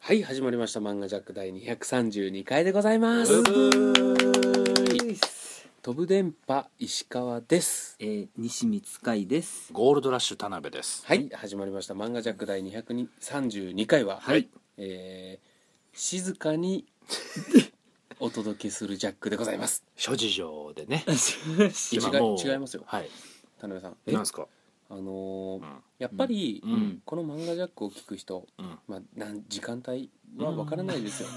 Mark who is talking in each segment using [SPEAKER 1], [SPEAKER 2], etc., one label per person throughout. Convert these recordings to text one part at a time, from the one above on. [SPEAKER 1] はい始まりました「漫画ジャック」第232回でございます
[SPEAKER 2] ブ
[SPEAKER 1] 飛ぶ電波石川です
[SPEAKER 3] えー、西光海です。
[SPEAKER 2] ゴールドラッシュ田辺です。
[SPEAKER 1] はい始まりました「漫画ジャック」第232回は、
[SPEAKER 3] はい
[SPEAKER 1] えー静 かにお届けするジャックでございます
[SPEAKER 2] 諸事情でね。
[SPEAKER 1] 違い
[SPEAKER 2] もう
[SPEAKER 1] 違いますよ
[SPEAKER 2] はい。
[SPEAKER 1] 田辺さん
[SPEAKER 2] なんですか。
[SPEAKER 1] あの
[SPEAKER 2] ん
[SPEAKER 1] ーやっぱり、
[SPEAKER 2] うんうん
[SPEAKER 1] この「漫画ジャック」を聞く人、
[SPEAKER 2] うん。
[SPEAKER 1] まあ、なん時間帯はわからないですよ、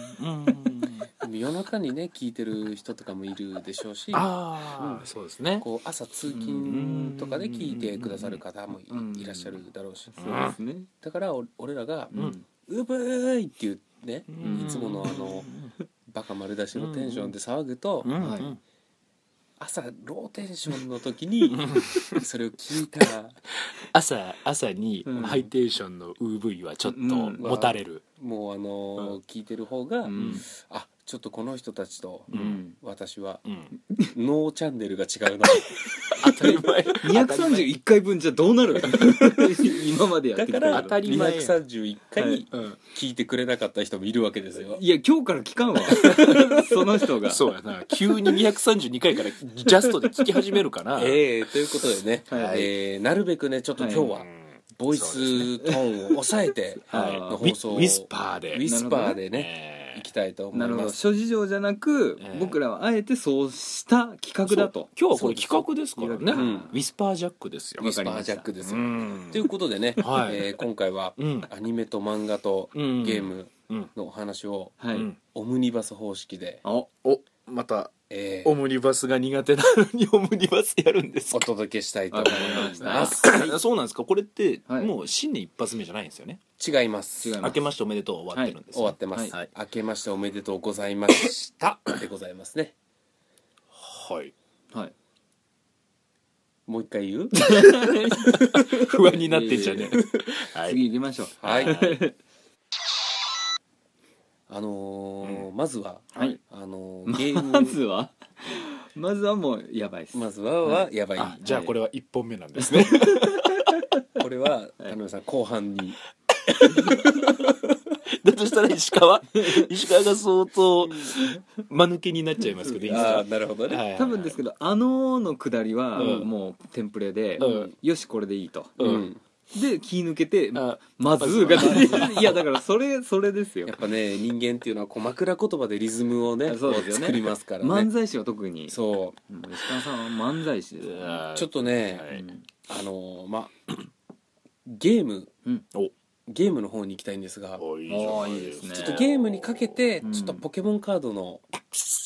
[SPEAKER 2] うん。
[SPEAKER 1] 夜中にね聞いてる人とかもいるでしょうし
[SPEAKER 2] ああ、そうですね。
[SPEAKER 1] こう朝通勤とかで聞いてくださる方もい
[SPEAKER 3] うん
[SPEAKER 1] いらっしゃるだろうし
[SPEAKER 3] そうですね。
[SPEAKER 1] だからお俺らが
[SPEAKER 2] う
[SPEAKER 3] うんん。
[SPEAKER 1] 「うぶーい!」っていうね
[SPEAKER 2] うん
[SPEAKER 1] いつものあのバカ丸出しのテンションで騒ぐと
[SPEAKER 2] うん。
[SPEAKER 3] はい
[SPEAKER 2] うん
[SPEAKER 1] 朝ローテンションの時にそれを聞いたら
[SPEAKER 2] 朝朝に
[SPEAKER 3] うん
[SPEAKER 2] ハイテンションの UV はちょっと
[SPEAKER 3] うん
[SPEAKER 2] もたれる。
[SPEAKER 1] もうあのー聞いてる方が
[SPEAKER 2] うん
[SPEAKER 1] あちょっとこの人たちと
[SPEAKER 2] うん
[SPEAKER 3] うん。
[SPEAKER 1] 私は
[SPEAKER 2] うん。
[SPEAKER 1] ノーチャンネルが違うな
[SPEAKER 2] 当たり前。
[SPEAKER 3] 二百三十一回分じゃどうなる？今までやっ
[SPEAKER 1] だ
[SPEAKER 3] て
[SPEAKER 1] か
[SPEAKER 3] き
[SPEAKER 1] ら
[SPEAKER 2] 当
[SPEAKER 3] たけ
[SPEAKER 2] た
[SPEAKER 3] ど。
[SPEAKER 2] り前や
[SPEAKER 1] 231回
[SPEAKER 2] うん。
[SPEAKER 1] 聞いてくれなかった人もいるわけですよ
[SPEAKER 3] いや今日から聞かんわ。その人が。
[SPEAKER 2] そうやな。急に232回からジャストで聞き始めるから。
[SPEAKER 1] えー、ということでね、
[SPEAKER 3] はい
[SPEAKER 1] えーなるべくねちょっと今日
[SPEAKER 2] う
[SPEAKER 1] は
[SPEAKER 2] ん
[SPEAKER 1] ボイ
[SPEAKER 2] そうですね
[SPEAKER 1] ストーンを抑え て、
[SPEAKER 2] はい。
[SPEAKER 3] あ
[SPEAKER 1] の
[SPEAKER 3] ー
[SPEAKER 2] ウィ
[SPEAKER 1] 放送を
[SPEAKER 2] ウィスパーで。
[SPEAKER 1] ウィスパーでね
[SPEAKER 2] えー
[SPEAKER 1] いきたいと思
[SPEAKER 3] ないるほ
[SPEAKER 1] ま
[SPEAKER 3] ど。
[SPEAKER 1] す
[SPEAKER 3] 諸事情じゃなく、
[SPEAKER 2] ええ
[SPEAKER 3] 僕らはあえてそうした企画だと。
[SPEAKER 2] 今日はこれ企画ですからね、
[SPEAKER 3] そうです
[SPEAKER 1] うん
[SPEAKER 2] ウィスパージャックですよ
[SPEAKER 1] ウィ
[SPEAKER 3] わ
[SPEAKER 1] ス
[SPEAKER 3] か
[SPEAKER 1] パ
[SPEAKER 3] りま
[SPEAKER 1] ー
[SPEAKER 3] した
[SPEAKER 1] ジャックです
[SPEAKER 2] う
[SPEAKER 1] よ
[SPEAKER 2] ん
[SPEAKER 1] ということでね、
[SPEAKER 2] はい
[SPEAKER 1] えー今回は
[SPEAKER 2] うん
[SPEAKER 1] アニメと漫画とゲ
[SPEAKER 2] うん
[SPEAKER 1] ーム
[SPEAKER 2] うん
[SPEAKER 1] のお話を
[SPEAKER 3] はい。
[SPEAKER 2] うん
[SPEAKER 1] オムニバス方式で、
[SPEAKER 3] お
[SPEAKER 2] おまた
[SPEAKER 1] えー
[SPEAKER 2] オムニバスが苦手なのにオムニバスやるんです
[SPEAKER 1] お届けしたいと思いま
[SPEAKER 3] わ
[SPEAKER 1] す
[SPEAKER 2] そうなんですかこれって、
[SPEAKER 3] はい
[SPEAKER 2] もう新年一発目じゃないんですよね
[SPEAKER 1] 違います
[SPEAKER 3] 違います
[SPEAKER 2] 明けましておめでとう終わってるんです
[SPEAKER 1] 終
[SPEAKER 2] ね、
[SPEAKER 1] わってます、
[SPEAKER 2] はい
[SPEAKER 1] 明けましておめでとうございましたでございますね
[SPEAKER 2] はい
[SPEAKER 3] はい。
[SPEAKER 1] もう一回言う
[SPEAKER 2] 不安になってんじゃねえ、は
[SPEAKER 3] 次
[SPEAKER 2] い、
[SPEAKER 3] 行きましょう。
[SPEAKER 1] はい
[SPEAKER 2] はい
[SPEAKER 1] あのーまずは、
[SPEAKER 3] はい
[SPEAKER 1] あのーゲーム
[SPEAKER 3] まずはまずはもうやばいです。
[SPEAKER 1] まずははやばい、
[SPEAKER 2] あじゃあこれは一本目なんですね、
[SPEAKER 1] これは田辺さん後半に
[SPEAKER 2] だとしたら石川石川が相当間抜けになっちゃいますけどいいです
[SPEAKER 1] あ
[SPEAKER 2] か
[SPEAKER 1] あなるほどね、
[SPEAKER 2] はい
[SPEAKER 3] 多分ですけど「あのー」のくだりは
[SPEAKER 2] うん
[SPEAKER 3] もうテンプレで
[SPEAKER 2] うん
[SPEAKER 3] 「よしこれでいい」と
[SPEAKER 2] うん
[SPEAKER 1] うん
[SPEAKER 3] で気抜けて
[SPEAKER 2] あ
[SPEAKER 3] 「まず」が出ていやだからそれそれですよ
[SPEAKER 1] やっぱね人間っていうのはこう枕言葉でリズムをね
[SPEAKER 3] そうですよね
[SPEAKER 1] こ作りますからね
[SPEAKER 3] 漫才師は特に
[SPEAKER 1] そう
[SPEAKER 3] もう石川さんは漫才師です
[SPEAKER 2] う
[SPEAKER 3] から
[SPEAKER 2] わー
[SPEAKER 1] ちょっとね、
[SPEAKER 2] はい
[SPEAKER 1] あのーまあ ゲーム
[SPEAKER 2] お
[SPEAKER 1] ゲームの方に行きたいんですが
[SPEAKER 2] おい
[SPEAKER 3] あーいいですね
[SPEAKER 1] ちょっとゲームにかけて
[SPEAKER 3] うん
[SPEAKER 1] ちょっとポケモンカードの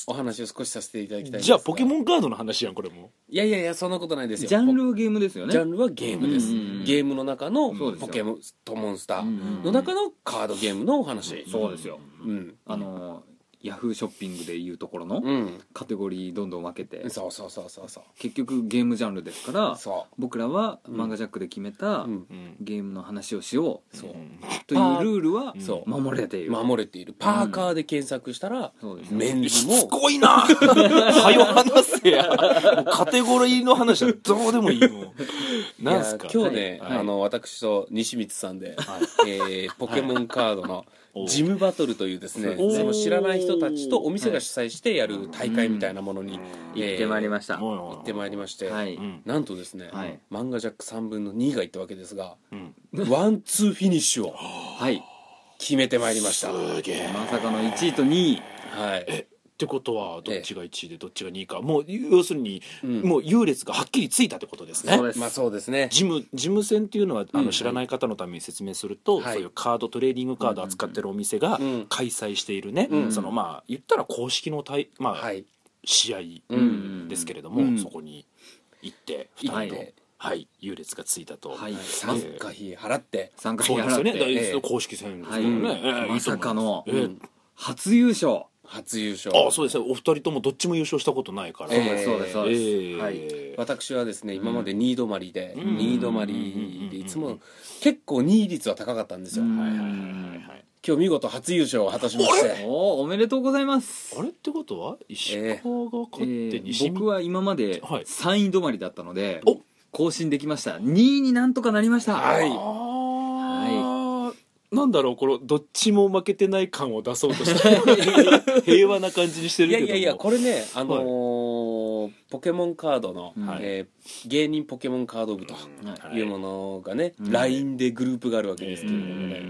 [SPEAKER 1] お話を少しさせていただきたいんですが
[SPEAKER 2] じゃあポケモンカードの話やんこれも
[SPEAKER 1] いやいやいやそんなことないです
[SPEAKER 3] ジ
[SPEAKER 1] よ
[SPEAKER 3] ャンルはゲームですよ
[SPEAKER 1] ポ
[SPEAKER 3] ね
[SPEAKER 1] ジャンルはゲームです、
[SPEAKER 3] うんうんうん
[SPEAKER 1] ゲームの中の
[SPEAKER 3] そうです
[SPEAKER 1] ポ
[SPEAKER 3] よ
[SPEAKER 1] ケモンとモンスター
[SPEAKER 3] うん
[SPEAKER 1] の中のカードゲームのお話
[SPEAKER 3] そうですよ
[SPEAKER 1] うん
[SPEAKER 3] あのーヤフーショッピングでいうところの
[SPEAKER 1] うん、
[SPEAKER 3] カテゴリーどんどん分けて
[SPEAKER 1] そうそうそうそうそう
[SPEAKER 3] 結局ゲームジャンルですから
[SPEAKER 1] そ
[SPEAKER 3] 僕らは「
[SPEAKER 1] うん
[SPEAKER 3] 漫画ジャック」で決めた
[SPEAKER 1] う、うん、
[SPEAKER 2] うん
[SPEAKER 3] ゲームの話をしよう
[SPEAKER 1] そう
[SPEAKER 3] というルールは
[SPEAKER 2] うん
[SPEAKER 1] そ
[SPEAKER 3] 守れていうる
[SPEAKER 1] 守れているパーカーで検索したら、
[SPEAKER 3] そうです
[SPEAKER 1] メンズ
[SPEAKER 2] す
[SPEAKER 1] も
[SPEAKER 2] ごいなはよ話せやもうカテゴリーの話は どうでもいいもんなんすか
[SPEAKER 1] いや今日ね、
[SPEAKER 2] はい
[SPEAKER 1] あの私と西光さん
[SPEAKER 2] は
[SPEAKER 1] で、
[SPEAKER 2] い
[SPEAKER 1] えーポケモンカードの
[SPEAKER 2] おう
[SPEAKER 1] ジムバトルというですね
[SPEAKER 2] そうですね
[SPEAKER 1] その知らない人たちとお店が主催してやる大会みたいなものに、
[SPEAKER 2] うん
[SPEAKER 1] えー
[SPEAKER 3] 行ってまいりましたは
[SPEAKER 2] 行
[SPEAKER 1] 行ってまいりまして、
[SPEAKER 3] い
[SPEAKER 2] うん
[SPEAKER 1] なんとですね、
[SPEAKER 3] はい
[SPEAKER 1] 漫画ジャック3分の2がいったわけですが
[SPEAKER 2] うん
[SPEAKER 1] ワンツーフィニッシュを
[SPEAKER 3] はい
[SPEAKER 1] 決めてまいりました
[SPEAKER 2] すげえ
[SPEAKER 3] まさかの1位と2位
[SPEAKER 1] はい、
[SPEAKER 2] ってことはどっちが1位でどっちが2位かもう要するに
[SPEAKER 1] うん
[SPEAKER 2] もう優劣がはっきりついたってことですね
[SPEAKER 3] そうです
[SPEAKER 1] まあそうですね
[SPEAKER 2] ジムジム戦っていうのはあ
[SPEAKER 1] うん
[SPEAKER 2] の知らない方のために説明すると、
[SPEAKER 1] はい
[SPEAKER 2] そういうカードトレーディングカード扱ってるお店が
[SPEAKER 1] うん
[SPEAKER 2] 開催しているね、
[SPEAKER 1] うん
[SPEAKER 2] そのまあ言ったら公式の大、まあ
[SPEAKER 1] はい
[SPEAKER 2] 試合
[SPEAKER 1] うん
[SPEAKER 2] ですけれども、
[SPEAKER 1] うん
[SPEAKER 2] そこに行って
[SPEAKER 1] 行
[SPEAKER 2] 2
[SPEAKER 1] っ
[SPEAKER 2] 人と、
[SPEAKER 1] て
[SPEAKER 2] はい、優劣がついたと、
[SPEAKER 3] は
[SPEAKER 1] はい
[SPEAKER 3] い
[SPEAKER 1] 参加費払って
[SPEAKER 3] 参加
[SPEAKER 2] そ
[SPEAKER 3] 費
[SPEAKER 2] うですよね、
[SPEAKER 3] 払っ
[SPEAKER 2] だから
[SPEAKER 3] て
[SPEAKER 1] ええ
[SPEAKER 2] 公式戦です
[SPEAKER 3] は
[SPEAKER 2] か
[SPEAKER 3] い
[SPEAKER 2] らね、ええいいと思い
[SPEAKER 3] まさかの
[SPEAKER 2] ええ
[SPEAKER 1] うん
[SPEAKER 3] 初優勝
[SPEAKER 1] 初優勝
[SPEAKER 2] ああそうですねお二人ともどっちも優勝したことないから、
[SPEAKER 1] ええ
[SPEAKER 3] そうですそうです
[SPEAKER 2] ええ
[SPEAKER 3] はい
[SPEAKER 1] 私はですね今まで2位止まりで
[SPEAKER 2] うん
[SPEAKER 1] 2位止まりで
[SPEAKER 2] うん
[SPEAKER 1] いつも結構2位率は高かったんですよ
[SPEAKER 3] うん
[SPEAKER 2] はいはいはいはい
[SPEAKER 1] 今日見事初優勝を果たしまして
[SPEAKER 3] おーおめでとうございます
[SPEAKER 2] あれってことは石川が
[SPEAKER 3] え
[SPEAKER 2] 勝って西
[SPEAKER 3] ー
[SPEAKER 2] 見
[SPEAKER 3] 僕は今まで
[SPEAKER 2] はい
[SPEAKER 3] 3位止まりだったので
[SPEAKER 2] お
[SPEAKER 3] 更新できました2位になんとかなりました
[SPEAKER 1] はい
[SPEAKER 2] あーなんだろうこのどっちも負けてない感を出そうと して平和な感じにしてる
[SPEAKER 1] い
[SPEAKER 2] け
[SPEAKER 1] や
[SPEAKER 2] ども
[SPEAKER 1] いやいやこれねあのーポケモンカードの、
[SPEAKER 3] はい
[SPEAKER 1] えー芸人ポケモンカード部と
[SPEAKER 2] はい
[SPEAKER 1] いうものがね、
[SPEAKER 3] うん
[SPEAKER 1] LINE でグループがあるわけですけれどもね、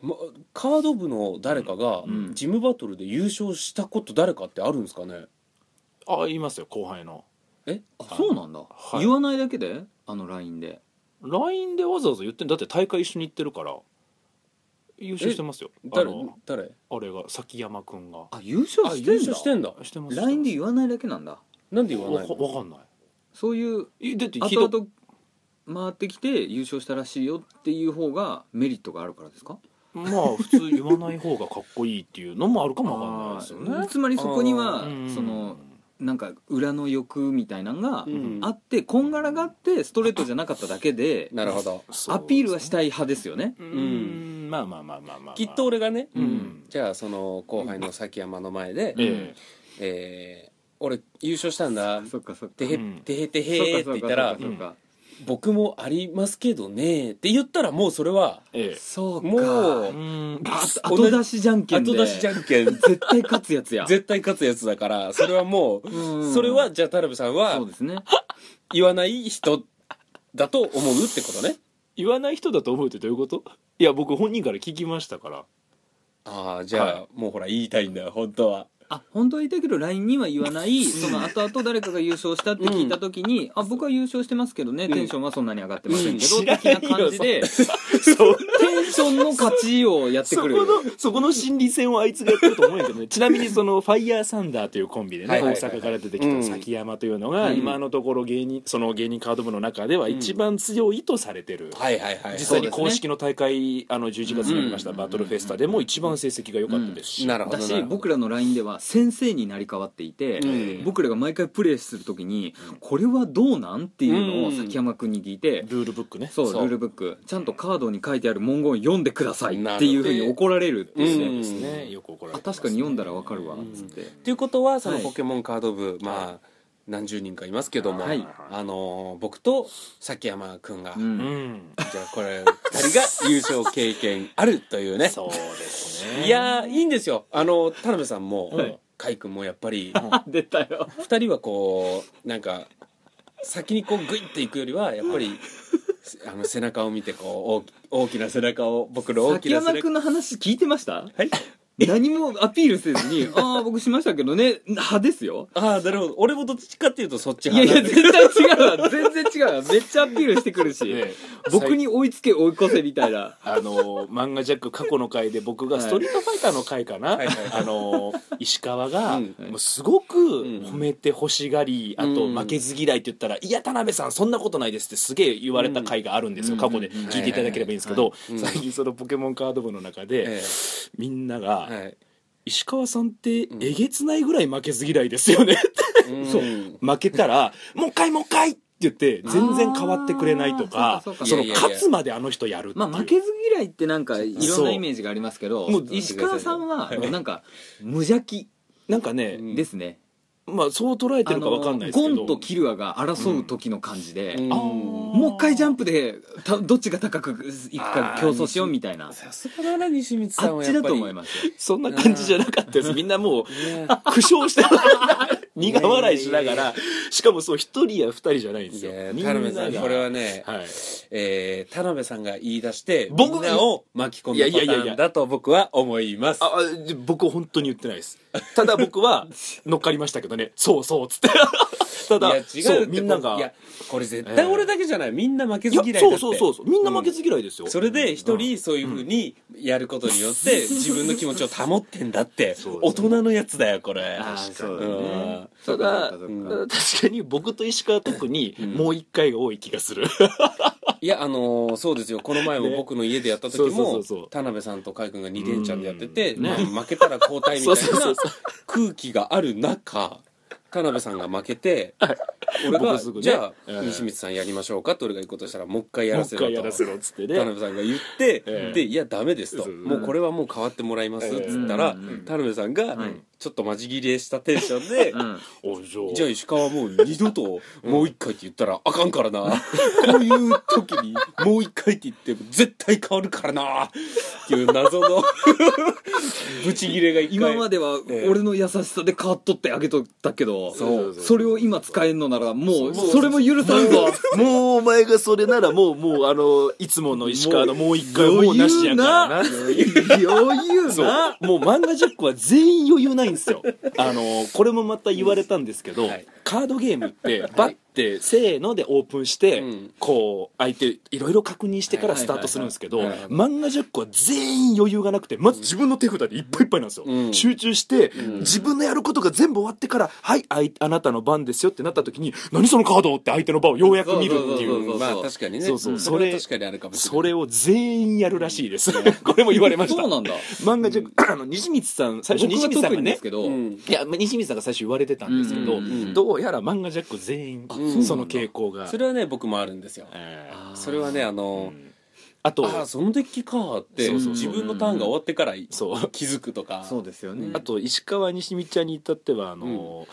[SPEAKER 1] ま、カード部の誰かが
[SPEAKER 3] うん
[SPEAKER 1] ジムバトルで優勝したこと誰かってあるんですかね
[SPEAKER 2] あ言いますよ後輩の
[SPEAKER 1] え
[SPEAKER 3] あそうなんだ、
[SPEAKER 2] はい
[SPEAKER 3] 言わないだけであの LINE で
[SPEAKER 2] LINE でわざわざ言ってんだって大会一緒に行ってるから優勝してますよあ
[SPEAKER 1] 誰
[SPEAKER 2] の
[SPEAKER 1] 誰
[SPEAKER 2] あれが崎山くんが
[SPEAKER 3] あ優勝
[SPEAKER 1] あ
[SPEAKER 3] してんだ
[SPEAKER 1] 優勝してんだ
[SPEAKER 2] してますしてます
[SPEAKER 3] LINE で言わないだけなんだ
[SPEAKER 1] なんで言わない
[SPEAKER 2] わ
[SPEAKER 1] の
[SPEAKER 2] かわかんない
[SPEAKER 3] そういう
[SPEAKER 2] えだってひど
[SPEAKER 3] 後々回ってきて優勝したらしいよっていう方がメリットがあるからですか
[SPEAKER 2] まあ普通言わない方がかっこいいっていうのもあるかもわかんないですよね
[SPEAKER 3] つまりそこには
[SPEAKER 1] あ
[SPEAKER 2] うん
[SPEAKER 3] そのなんか裏の欲みたいなのが
[SPEAKER 1] うん
[SPEAKER 3] あって、こんがらがってストレートじゃなかっただけで
[SPEAKER 1] なるほど
[SPEAKER 2] そう
[SPEAKER 3] アピールはしたい派ですよね
[SPEAKER 2] うん、
[SPEAKER 1] ん
[SPEAKER 2] まあまあまあまあまあ、まあ、
[SPEAKER 1] きっと俺がね、
[SPEAKER 2] うん、
[SPEAKER 3] うん
[SPEAKER 1] じゃあその後輩の崎山の前で「
[SPEAKER 3] うん
[SPEAKER 2] え
[SPEAKER 1] えー俺優勝したんだ」
[SPEAKER 3] そっかそっか
[SPEAKER 1] てへ
[SPEAKER 2] うん
[SPEAKER 1] てへて
[SPEAKER 3] そ
[SPEAKER 1] へーって
[SPEAKER 3] か
[SPEAKER 1] 言ったら
[SPEAKER 3] そっか
[SPEAKER 1] 「僕もありますけどね」って言ったらもうそれは
[SPEAKER 2] ええ
[SPEAKER 3] そうか
[SPEAKER 1] も
[SPEAKER 2] えう
[SPEAKER 1] う
[SPEAKER 2] ーん
[SPEAKER 3] あ後出しじゃんけんで
[SPEAKER 1] 後出しじゃんけん
[SPEAKER 3] 絶対勝つやつや
[SPEAKER 1] 絶対勝つやつだから それはもうそれはじゃあ田辺さんは
[SPEAKER 3] そうですね
[SPEAKER 1] 言わない人だと思うってことね
[SPEAKER 2] 言わない人だと思うってどういうこといや僕本人から聞きましたから
[SPEAKER 1] ああじゃあ、
[SPEAKER 2] は
[SPEAKER 1] もうほら言いたいんだよ本当は
[SPEAKER 3] あ本当は言いたいけど LINE には言わないその後々誰かが優勝したって聞いた時に「あ僕は優勝してますけどねテンションはそんなに上がってませんけど」
[SPEAKER 2] うん
[SPEAKER 3] 的な感じで
[SPEAKER 2] そう
[SPEAKER 3] テンションの勝ちをやって
[SPEAKER 2] そこ
[SPEAKER 3] くる
[SPEAKER 2] のそこの心理戦をあいつがやってると思うんやけどねちなみにそのファイヤーサンダーというコンビでね、
[SPEAKER 1] はいはいはい
[SPEAKER 2] 大阪から出てき
[SPEAKER 1] うん
[SPEAKER 2] た崎山というのが、
[SPEAKER 3] うん
[SPEAKER 2] 今のところ芸人その芸人カード部の中では一番強いとされてる、
[SPEAKER 1] はいはいは
[SPEAKER 2] 実際
[SPEAKER 1] い
[SPEAKER 2] に
[SPEAKER 3] そうですね
[SPEAKER 2] 公式の大会、あの11月にありました
[SPEAKER 3] うん
[SPEAKER 2] バトルフェスタでも一番成績が良かったですし、
[SPEAKER 1] なるほど
[SPEAKER 3] だ
[SPEAKER 1] な
[SPEAKER 3] し
[SPEAKER 1] るほど
[SPEAKER 3] 僕らの LINE では先生になり変わっていて、
[SPEAKER 1] うん
[SPEAKER 3] 僕らが毎回プレイする時に「これはどうなん?」っていうのを崎山君に聞いて、
[SPEAKER 2] ルールブックね
[SPEAKER 3] そう
[SPEAKER 1] そう
[SPEAKER 3] ルールブックちゃんとカードに書いてある文言を読んでくださいっていうふうに怒られるっていうね、
[SPEAKER 1] うん
[SPEAKER 2] ですねよく怒られ
[SPEAKER 3] あ
[SPEAKER 2] てます
[SPEAKER 3] 確かに読んだらわかるわ
[SPEAKER 2] うん
[SPEAKER 3] つって、
[SPEAKER 1] ということはその
[SPEAKER 3] はい
[SPEAKER 1] ポケモンカード部、まあ何十人かいますけども、
[SPEAKER 3] はい
[SPEAKER 1] あのー僕と崎山君が、
[SPEAKER 3] うん
[SPEAKER 2] うん
[SPEAKER 1] じゃあこれ2人が優勝経験あるというね
[SPEAKER 2] そうですね
[SPEAKER 1] いやーいいんですよあの田辺さんも、
[SPEAKER 2] はい
[SPEAKER 1] 甲斐君もやっぱり
[SPEAKER 3] あ出たよ
[SPEAKER 1] 2人はこうなんか先にこうグイッていくよりはやっ ぱりあの背中を見てこう大き大きな背中を僕の大
[SPEAKER 3] 崎
[SPEAKER 1] きな背
[SPEAKER 3] 山
[SPEAKER 1] 中
[SPEAKER 3] 君の話聞いてました
[SPEAKER 1] はい
[SPEAKER 3] 何もアピールせず に「ああ僕しましたけどね派ですよ」
[SPEAKER 1] ああなるほど俺もどっちかっていうとそっち
[SPEAKER 3] いやい
[SPEAKER 1] 派
[SPEAKER 3] や
[SPEAKER 1] なんだけど
[SPEAKER 3] 絶対違うわ全然違うわめっちゃアピールしてくるし、
[SPEAKER 2] ね
[SPEAKER 3] 僕に追いつけ追い越せみたいな
[SPEAKER 2] あのー漫画ジャック過去の回で僕が
[SPEAKER 3] はい
[SPEAKER 2] ストリートファイターの回かな、
[SPEAKER 1] はいはいは
[SPEAKER 2] あのー石川が
[SPEAKER 1] うん
[SPEAKER 2] もうすごく褒めて欲しがり、あと
[SPEAKER 1] うん
[SPEAKER 2] 負けず嫌いって言ったら「いや田辺さんそんなことないです」ってすげえ言われた回があるんですよ、
[SPEAKER 3] うん
[SPEAKER 2] 過去で聞いていただければいいんですけど、
[SPEAKER 1] うん
[SPEAKER 2] 最近そのポケモンカード部の中
[SPEAKER 1] え
[SPEAKER 2] でみんなが
[SPEAKER 1] えはい
[SPEAKER 2] 「石川さんってえげつないぐらい負けず嫌いですよね」って
[SPEAKER 1] そ
[SPEAKER 2] 負けたら「もう一回もう一回!」って言って全然変わってくれないと
[SPEAKER 3] あ
[SPEAKER 2] か
[SPEAKER 3] ーそうか
[SPEAKER 1] そ
[SPEAKER 2] そう
[SPEAKER 1] か
[SPEAKER 2] の
[SPEAKER 1] いやいやいや
[SPEAKER 2] 勝つまであの人やるっていう
[SPEAKER 3] まあ負けず嫌いってなんかいろんなイメージがありますけど
[SPEAKER 2] そう
[SPEAKER 3] もう石川さんはもうなんか無邪気
[SPEAKER 2] なんかね、
[SPEAKER 1] うん
[SPEAKER 3] ですね、
[SPEAKER 2] まあそう捉えて
[SPEAKER 3] あ
[SPEAKER 2] るか
[SPEAKER 3] の
[SPEAKER 2] わかんないですけど
[SPEAKER 3] ゴンとキルアが争う時の感じで、
[SPEAKER 1] うん
[SPEAKER 2] あ
[SPEAKER 3] もう一回ジャンプでたどっちが高くいくか競争しようみたいなあ
[SPEAKER 1] さすがだな西光さん
[SPEAKER 3] っ
[SPEAKER 1] はや
[SPEAKER 3] ち
[SPEAKER 1] っ
[SPEAKER 3] だ
[SPEAKER 1] ぱ
[SPEAKER 3] と
[SPEAKER 1] り
[SPEAKER 3] 思いますよ
[SPEAKER 2] そんな感じじゃなかったですみんなもう
[SPEAKER 1] いや
[SPEAKER 2] 苦笑して苦笑いしながらしかもそう一人や二人じゃないんですよ
[SPEAKER 1] いや
[SPEAKER 2] みん
[SPEAKER 1] 田
[SPEAKER 2] な
[SPEAKER 1] 辺さん
[SPEAKER 2] が
[SPEAKER 1] これはね、
[SPEAKER 2] はい
[SPEAKER 1] えー田辺さんが言い出して
[SPEAKER 2] 僕
[SPEAKER 1] みんなを巻き込んだ
[SPEAKER 2] いやいやいやい
[SPEAKER 1] パ
[SPEAKER 2] や
[SPEAKER 1] ターンだと僕は思います
[SPEAKER 2] ああじ僕本当に言ってないですただ僕は乗っかりましたけどねそうそうっつって ただ
[SPEAKER 1] いや違う
[SPEAKER 2] そ
[SPEAKER 1] って
[SPEAKER 2] うみんなが
[SPEAKER 1] いやこれ絶対俺だけじゃない、みんな負けず嫌いだって
[SPEAKER 2] そうそうそうそうみんな負けず嫌いですよ、
[SPEAKER 1] それで一人そういうふうにやることによって自分の気持ちを保ってんだって
[SPEAKER 2] そう
[SPEAKER 1] 大人のやつだよこれ
[SPEAKER 3] あーそうだ
[SPEAKER 1] うん
[SPEAKER 3] ね
[SPEAKER 2] ただ
[SPEAKER 3] そうかそううか
[SPEAKER 1] ん
[SPEAKER 3] そうか
[SPEAKER 2] 確かに僕と石川特にもう一回が多い気がする
[SPEAKER 1] いやあのーそうですよこの前も僕の家でやった
[SPEAKER 2] ね
[SPEAKER 1] 時
[SPEAKER 2] そうそ
[SPEAKER 1] も
[SPEAKER 2] うそうそう
[SPEAKER 1] 田辺さんと海君が2連チャンでやってて、
[SPEAKER 2] うん
[SPEAKER 1] まあ
[SPEAKER 2] ね
[SPEAKER 1] 負けたら交代みた
[SPEAKER 2] そ
[SPEAKER 1] い
[SPEAKER 2] うそ
[SPEAKER 1] な
[SPEAKER 2] うそう
[SPEAKER 1] 空気がある中田辺さんが負けて俺
[SPEAKER 2] 僕
[SPEAKER 1] が、
[SPEAKER 2] はすぐね
[SPEAKER 1] じゃあ、
[SPEAKER 2] ええ
[SPEAKER 1] 西光さんやりましょうかって俺が言うことしたらもう一回や
[SPEAKER 2] もう
[SPEAKER 1] らせ
[SPEAKER 2] 一
[SPEAKER 1] ろ
[SPEAKER 2] 回やら
[SPEAKER 1] と
[SPEAKER 2] せろっつってね
[SPEAKER 1] 田辺さんが言って、
[SPEAKER 2] ええ
[SPEAKER 1] で「いやダメです」と「
[SPEAKER 2] そう
[SPEAKER 1] もうこれはもう変わってもらいます」っ
[SPEAKER 2] ええ
[SPEAKER 1] つったら、
[SPEAKER 3] うん
[SPEAKER 1] 田辺さんが、
[SPEAKER 3] はい
[SPEAKER 1] ちちょっと間仕切れしたテンションで、
[SPEAKER 3] うん
[SPEAKER 2] おじゃあ
[SPEAKER 1] じゃあ石川はもう二度ともう一回って 言ったらあかんからな、こういう時にもう一回って言っても絶対変わるからなっていう 謎のブチギレが一回
[SPEAKER 3] 今までは
[SPEAKER 1] ええ
[SPEAKER 3] 俺の優しさで変わっとってあげとったけど
[SPEAKER 1] そう
[SPEAKER 3] それを今使えんのならもう
[SPEAKER 1] そう
[SPEAKER 3] それも許さんぞ
[SPEAKER 2] もうお前がそれならもうもうあのいつもの石川のもう一回
[SPEAKER 3] もう
[SPEAKER 2] もうなしやからな
[SPEAKER 3] 余裕
[SPEAKER 2] そう
[SPEAKER 3] な
[SPEAKER 2] もう漫画ジャックは全員余裕ないんです よあのこれもまた言われたんですけど、
[SPEAKER 1] うんはい
[SPEAKER 2] カードゲームってバッてせーのでオープンして、
[SPEAKER 1] うん
[SPEAKER 2] こう相手いろいろ確認してからスタートするんですけど
[SPEAKER 1] はいはいはいはい
[SPEAKER 2] 漫画ジャックは全員余裕がなくてまず自分の手札でいっぱいいっぱいなんですよ、
[SPEAKER 1] うん
[SPEAKER 2] 集中して、
[SPEAKER 1] うん
[SPEAKER 2] 自分のやることが全部終わってから「はいあいあなたの番ですよ」ってなった時に「何そのカード?」って相手の番をようやく見るってい
[SPEAKER 3] そうそうそう
[SPEAKER 2] う
[SPEAKER 1] まあ確かにね
[SPEAKER 2] そうそうそ
[SPEAKER 1] それ
[SPEAKER 2] れ
[SPEAKER 1] は確かにあるかもしれない
[SPEAKER 2] それを全員やるらしいです、 これも言われました
[SPEAKER 3] そうなんだ
[SPEAKER 2] 漫画じゃ、あの西光さん最初
[SPEAKER 3] 僕
[SPEAKER 2] 西
[SPEAKER 3] は
[SPEAKER 2] 光さん
[SPEAKER 3] 特
[SPEAKER 2] が
[SPEAKER 3] にで
[SPEAKER 2] ね
[SPEAKER 3] すけど
[SPEAKER 1] うん
[SPEAKER 2] いやまあ西光さんが最初言われてたんですけど、
[SPEAKER 3] うんうん
[SPEAKER 1] うん
[SPEAKER 2] どうやら漫画ジャック全
[SPEAKER 1] そうなん
[SPEAKER 2] 員
[SPEAKER 1] だ
[SPEAKER 2] その傾向が
[SPEAKER 1] それはね僕もあるんですよ
[SPEAKER 2] えー
[SPEAKER 1] それはねあの、
[SPEAKER 2] あと
[SPEAKER 1] ああそのデッキかって
[SPEAKER 2] そうそうそう
[SPEAKER 1] 自分のターンが終わってから
[SPEAKER 2] そう
[SPEAKER 1] 気づくとか
[SPEAKER 3] そうですよね
[SPEAKER 2] あと石川西光ちゃんに至ってはあの、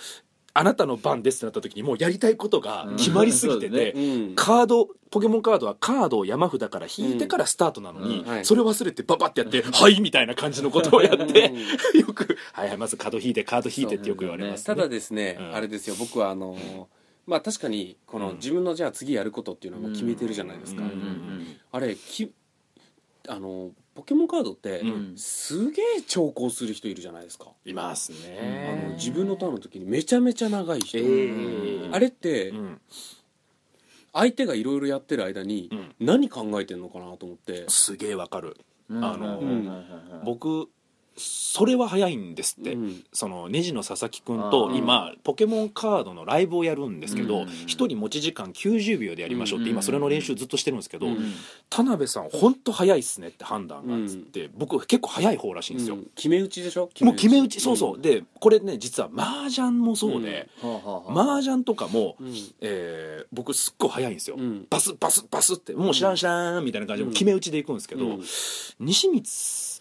[SPEAKER 2] あなたの番ですってなった時にもうやりたいことが決まりすぎて
[SPEAKER 3] うんそう
[SPEAKER 2] て、
[SPEAKER 3] で
[SPEAKER 1] うん
[SPEAKER 2] カードポケモンカードはカードを山札から引いてからスタートなのに、
[SPEAKER 1] うんはい
[SPEAKER 2] それ忘れてババってやって「はい」みたいな感じのことをやって、 よく「はいはいまずカード引いてカード引いて」ってよく言われます、
[SPEAKER 1] ただですね、
[SPEAKER 2] うん
[SPEAKER 1] あれですよ僕はあのーまあ確かにこ
[SPEAKER 2] う
[SPEAKER 1] の
[SPEAKER 2] ん
[SPEAKER 1] 自分のじゃあ次やることっていうのも決めてるじゃないですか、
[SPEAKER 2] うん
[SPEAKER 1] あれきあのーポケモンカードって、
[SPEAKER 2] うん
[SPEAKER 1] すげえ長考する人いるじゃないですか、
[SPEAKER 2] います
[SPEAKER 1] あ
[SPEAKER 2] ね
[SPEAKER 1] の自分のターンの時にめちゃめちゃ長い人、
[SPEAKER 2] えー
[SPEAKER 1] あれって
[SPEAKER 2] うん
[SPEAKER 1] 相手がいろいろやってる間に
[SPEAKER 2] うん
[SPEAKER 1] 何考えてんのかなと思って、
[SPEAKER 2] すげえわかるあの
[SPEAKER 1] うん
[SPEAKER 2] 僕それは早いんですって、
[SPEAKER 1] うん
[SPEAKER 2] そのネジの佐々木くん
[SPEAKER 3] あ
[SPEAKER 2] と
[SPEAKER 3] ー
[SPEAKER 2] 今ポケモンカードのライブをやるんですけ
[SPEAKER 3] う
[SPEAKER 2] ど
[SPEAKER 3] ん
[SPEAKER 2] 一、人持ち時間90秒でやりましょうって、
[SPEAKER 3] うん
[SPEAKER 2] 今それの練習ずっとしてるんですけど、
[SPEAKER 1] うん
[SPEAKER 2] 田辺さん本当早いっすねって判断がっつって、僕結構早い方らしいんですよ、
[SPEAKER 1] うん決め打ちでしょ
[SPEAKER 2] もう決め打ちそうそう、
[SPEAKER 1] ん
[SPEAKER 2] でこれね実は麻雀もそうで、麻雀とかも、
[SPEAKER 1] うん
[SPEAKER 2] えー僕すっごい早いんですよ、
[SPEAKER 1] うん
[SPEAKER 2] バスバスバスってもう知らん知らんみたいな感じで
[SPEAKER 1] うん
[SPEAKER 2] 決め打ちでいくんですけど、
[SPEAKER 1] うん
[SPEAKER 2] 西光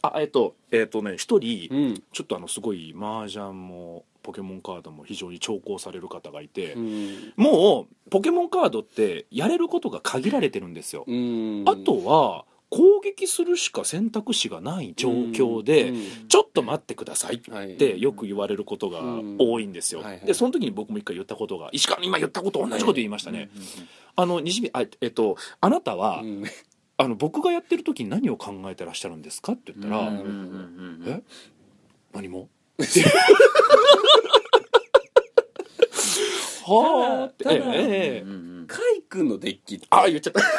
[SPEAKER 2] あえっ、とえっ、とね一人、
[SPEAKER 1] うん
[SPEAKER 2] ちょっとあのすごい麻雀もポケモンカードも非常に重宝される方がいて、
[SPEAKER 1] うん
[SPEAKER 2] もうポケモンカードってやれることが限られてるんですよ、
[SPEAKER 1] うん
[SPEAKER 2] あとは攻撃するしか選択肢がない状況で、
[SPEAKER 1] うんうん
[SPEAKER 2] ちょっと待ってくださいっ
[SPEAKER 1] はい
[SPEAKER 2] てよく言われることが多いんですよ、
[SPEAKER 1] うんはいはい
[SPEAKER 2] でその時に僕も一回言ったことが石川の今言ったこと同じこと言いましたね、あの西見あえっとあなたは、
[SPEAKER 1] うん
[SPEAKER 2] あの僕がやってる時に何を考えてらっしゃるんですかって言ったら、
[SPEAKER 1] うん
[SPEAKER 2] え何も はあって
[SPEAKER 1] ただただ
[SPEAKER 2] ええええ
[SPEAKER 1] カイ君のデッキって
[SPEAKER 2] あ言っちゃった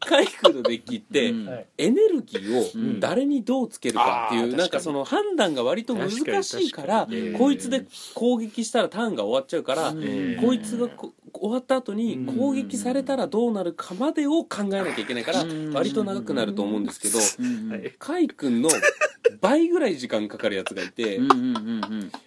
[SPEAKER 1] カイ君のデッキって、
[SPEAKER 3] うん
[SPEAKER 2] はい
[SPEAKER 1] エネルギー
[SPEAKER 3] ん
[SPEAKER 1] を誰にどうつけるかっていう、
[SPEAKER 2] あー確かに
[SPEAKER 1] なんかその判断が割と難しいから
[SPEAKER 2] 確かに確かに
[SPEAKER 1] こいつで攻撃したらターンが終わっちゃうから、
[SPEAKER 3] うん
[SPEAKER 2] ええ
[SPEAKER 1] こいつがこ終わった後に
[SPEAKER 2] うん
[SPEAKER 1] 攻撃されたらどうなるかまでを考えなきゃいけないから
[SPEAKER 3] うん
[SPEAKER 1] 割と長くなると思うんですけど
[SPEAKER 2] はい
[SPEAKER 1] カイ君の倍ぐらい時間かかるやつがいて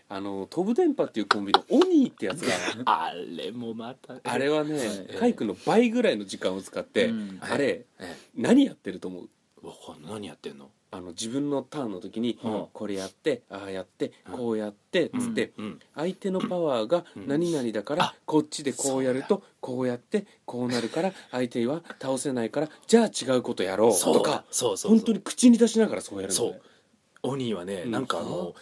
[SPEAKER 1] あの飛ぶ電波っていうコンビのオニーってやつが
[SPEAKER 2] あれもまた
[SPEAKER 1] あれはね
[SPEAKER 3] はい
[SPEAKER 1] カイ君の倍ぐらいの時間を使って
[SPEAKER 3] うん
[SPEAKER 1] あれ
[SPEAKER 2] え
[SPEAKER 1] 何やってると思う
[SPEAKER 2] わかんない何やってんの
[SPEAKER 1] あの自分のターンの時に、
[SPEAKER 2] うん
[SPEAKER 1] これやってああやって
[SPEAKER 2] うん
[SPEAKER 1] こうやってつって、
[SPEAKER 2] うん
[SPEAKER 1] 相手のパワーが
[SPEAKER 2] うん
[SPEAKER 1] 何々だから、
[SPEAKER 2] あ
[SPEAKER 1] こっちでこうやるとこうやってこうなるから相手は倒せないからじゃあ違うことやろう
[SPEAKER 2] そ
[SPEAKER 1] と
[SPEAKER 2] うだ
[SPEAKER 1] か
[SPEAKER 2] そうそうそう
[SPEAKER 1] 本当に口に出しながらそうやるのね
[SPEAKER 2] そうオニーはね
[SPEAKER 1] うん
[SPEAKER 2] なんかあの